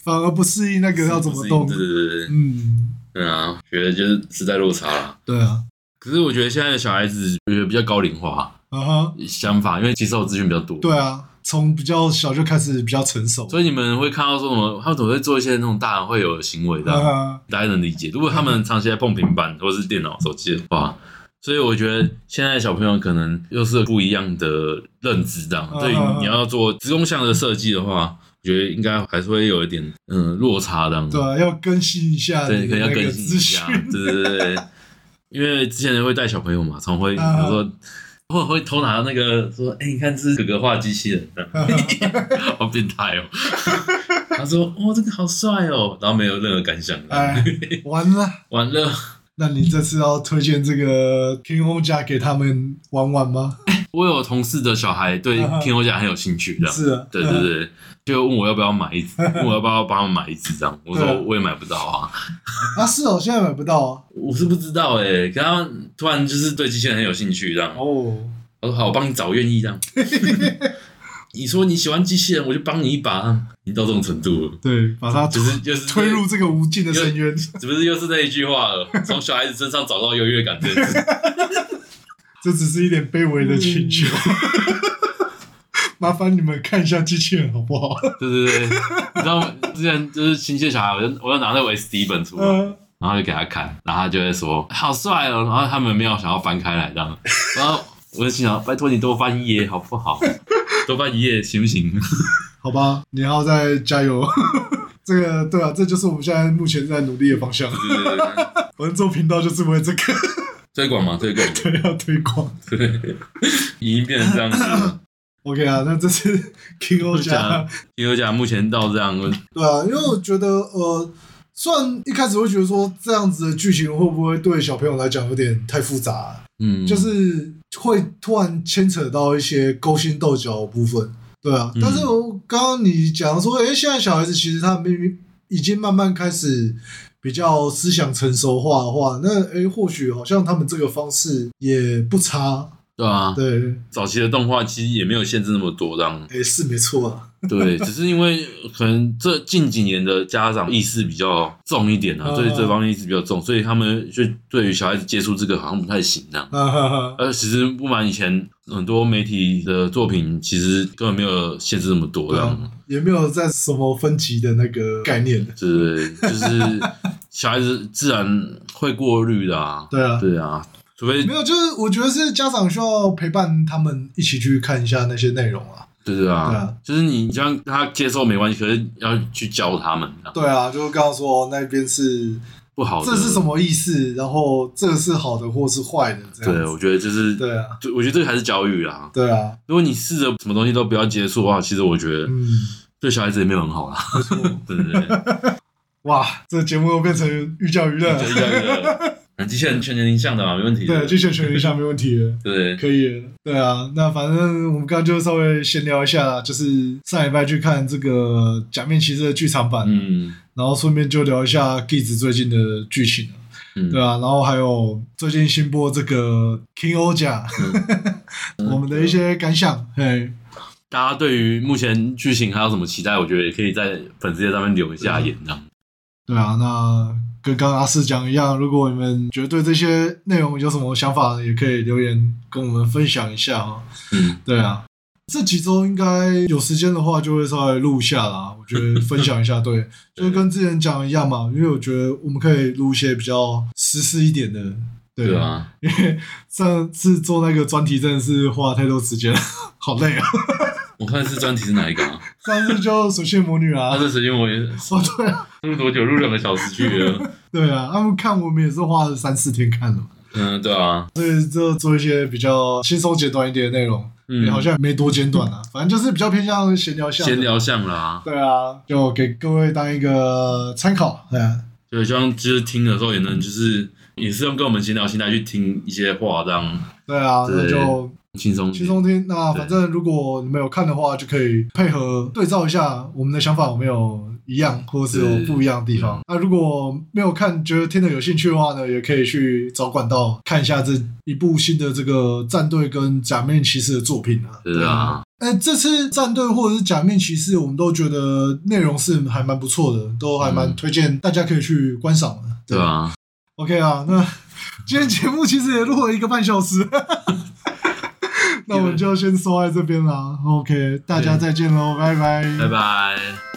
S1: 反而不适应那个要怎么动
S2: 对。对对对，
S1: 嗯，
S2: 对啊，觉得就是时代落差啦。
S1: 对啊，
S2: 可是我觉得现在的小孩子，我觉得比较高龄化
S1: 啊哈，
S2: 想法，因为接受资讯比较多，
S1: 对啊，从比较小就开始比较成熟。
S2: 所以你们会看到说什么，他们总会做一些那种大人会有的行为的
S1: 啊
S2: 啊，
S1: 哈，
S2: 大家能理解。如果他们长期在碰平板或是电脑、手机的话，所以我觉得现在的小朋友可能又是不一样的认知，这样。
S1: 嗯
S2: 对，你要做职工项的设计的话，我觉得应该还是会有一点嗯落差这样。
S1: 对啊，要更新一下
S2: 对，
S1: 你
S2: 可
S1: 的
S2: 能要
S1: 那
S2: 更
S1: 个
S2: 新
S1: 资
S2: 一
S1: 讯
S2: 下。。对对对对，因为之前会带小朋友嘛，常会有
S1: 嗯
S2: 时候。或会偷拿那个说，哎、你看这是哥哥画机器人，这样
S1: 啊
S2: 好变态哦。他说，哦，这个好帅哦，然后没有任何感想。
S1: 哎，完了，
S2: 完了，
S1: 那你这次要推荐这个天空家给他们玩玩吗？
S2: 我有同事的小孩对
S1: 嗯哼
S2: 天后家很有兴趣，这样。
S1: 是啊，
S2: 对对对，就问我要不要买 一只，问我要不要帮他们买一只这样。我
S1: 对
S2: 说
S1: 啊
S2: 我也买不到啊，
S1: 啊，是哦，现在买不到啊。
S2: 我是不知道哎、欸。可他突然就是对机器人很有兴趣这样。
S1: 哦，
S2: 我说好，我帮你找愿意这样。 你说你喜欢机器人，我就帮你一把。啊已经到这种程度了，
S1: 对，把它推
S2: 就是就 是
S1: 推入，这个无尽的深渊，
S2: 是不是又是那一句话了？从小孩子身上找到优越感，真是
S1: 这只是一点卑微的请求。嗯 麻烦你们看一下机器人好不好？
S2: 对对对。你知道吗 之前就是亲戚小孩，我就我就拿那个 SD 本出来，
S1: 嗯，
S2: 然后就给他看，然后他就会说好帅哦，然后他们没有想要翻开来这样，然后我就心想拜托你多翻一页好不好？多翻一页行不行？
S1: 好吧，你要再加油。 这个对啊，这就是我们现在目前在努力的方向。
S2: 对对对，
S1: 我们做频道就是为了这个
S2: 推广嘛推广，
S1: 要推广。
S2: 对，已经变成这样子了。
S1: OK 啊，那这是 King O 加。
S2: 听我讲，目前到这样，
S1: 对啊，因为我觉得呃，虽然一开始会觉得说这样子的剧情会不会对小朋友来讲有点太复杂、
S2: 嗯，
S1: 就是会突然牵扯到一些勾心斗角的部分，对啊。
S2: 嗯
S1: 但是我刚刚你讲说，诶，现在小孩子其实他们明明已经慢慢开始比较思想成熟化的话，那诶，或许好像他们这个方式也不差，
S2: 对啊，
S1: 对，
S2: 早期的动画其实也没有限制那么多这样，
S1: 诶，是没错啊，
S2: 对，只是因为可能这近几年的家长意识比较重一点啊，
S1: 嗯
S2: 对这方面意识比较重，所以他们就对于小孩子接触这个好像不太行这样。
S1: 啊哈哈哈，
S2: 呃，其实不瞒以前很多媒体的作品，其实根本没有限制那么多
S1: 对
S2: 的，
S1: 啊，也没有在什么分级的那个概念的，
S2: 就是就是小孩子自然会过滤的啊。
S1: 对啊。
S2: 对啊，除非
S1: 没有，就是我觉得是家长需要陪伴他们一起去看一下那些内容啊。
S2: 对对
S1: 对
S2: 啊
S1: 啊，
S2: 就是你这样他接受没关系，可是要去教他们啊，
S1: 对啊，就是刚刚说哦那边是
S2: 不好的。
S1: 这是什？么意思？然后这是好的或是坏的这
S2: 对，
S1: 样
S2: 我
S1: 子。
S2: 觉得就是，
S1: 对啊，
S2: 就我觉得这个还是教育啊。
S1: 对啊，
S2: 如果你试着什么东西都不要接触的话，其实我觉得
S1: 嗯，
S2: 对小孩子也没有很好啦。
S1: 没错。
S2: 对对对，
S1: 哇，这节目又变成寓教于乐
S2: 就
S1: 了。
S2: 是这样的，机器人全年龄向的嘛，没问题的。
S1: 对，就选全一下没问题了。
S2: 对，
S1: 可以了，对啊，那反正我们刚刚就稍微闲聊一下，就是上礼拜去看这个《假面骑士》的剧场版，
S2: 嗯
S1: 然后顺便就聊一下《Giz》最近的剧情啊
S2: 嗯，
S1: 对啊，然后还有最近新播这个《King O 甲》 我们的一些感想，嘿，
S2: 大家对于目前剧情还有什么期待？我觉得也可以在粉丝页上面留一下言，这样。
S1: 对啊，那跟刚刚阿四讲一样，如果你们觉得对这些内容有什么想法，也可以留言跟我们分享一下哦。
S2: 嗯，
S1: 对啊，这几周应该有时间的话，就会稍微录一下啦。我觉得分享一下，对，就是跟之前讲的一样嘛，因为我觉得我们可以录一些比较实施一点的。
S2: 对
S1: 对，
S2: 啊，
S1: 因为上次做那个专题真的是花太多时间了， 好累啊！
S2: 我看是专题是哪一个啊？
S1: 上次就水线魔女
S2: 啊，
S1: 啊，
S2: 这时间我也
S1: 哦对啊，
S2: 录多久？录两个小时去了。
S1: 对啊，他们看我们也是花了三四天看的嘛。
S2: 嗯，对啊，
S1: 所以就做一些比较轻松简短一点的内容，
S2: 嗯
S1: 也好像没多简短啊，反正就是比较偏向闲聊向的
S2: 闲。聊像啦，
S1: 对啊，就给各位当一个参考。对啊，
S2: 就希望就是听的时候也能就是也是用跟我们闲聊心态去听一些话，这样
S1: 对啊，那
S2: 对
S1: 就
S2: 轻松一
S1: 轻
S2: 点。
S1: 松听。那反正如果你们有看的话，就可以配合对照一下我们的想法有没有一样，或者是有不一样的地方。那如果没有看，觉得听得有兴趣的话呢，也可以去找管道看一下这一部新的这个战队跟假面骑士的作品啊。
S2: 是啊，
S1: 呃，这次战队或者是假面骑士，我们都觉得内容是还蛮不错的，都还蛮
S2: 嗯
S1: 推荐大家可以去观赏的。
S2: 对啊，
S1: OK 啊，那今天节目其实也录了一个半小时，那我们就先收在这边啦。OK，大家再见喽，拜拜。
S2: 拜拜。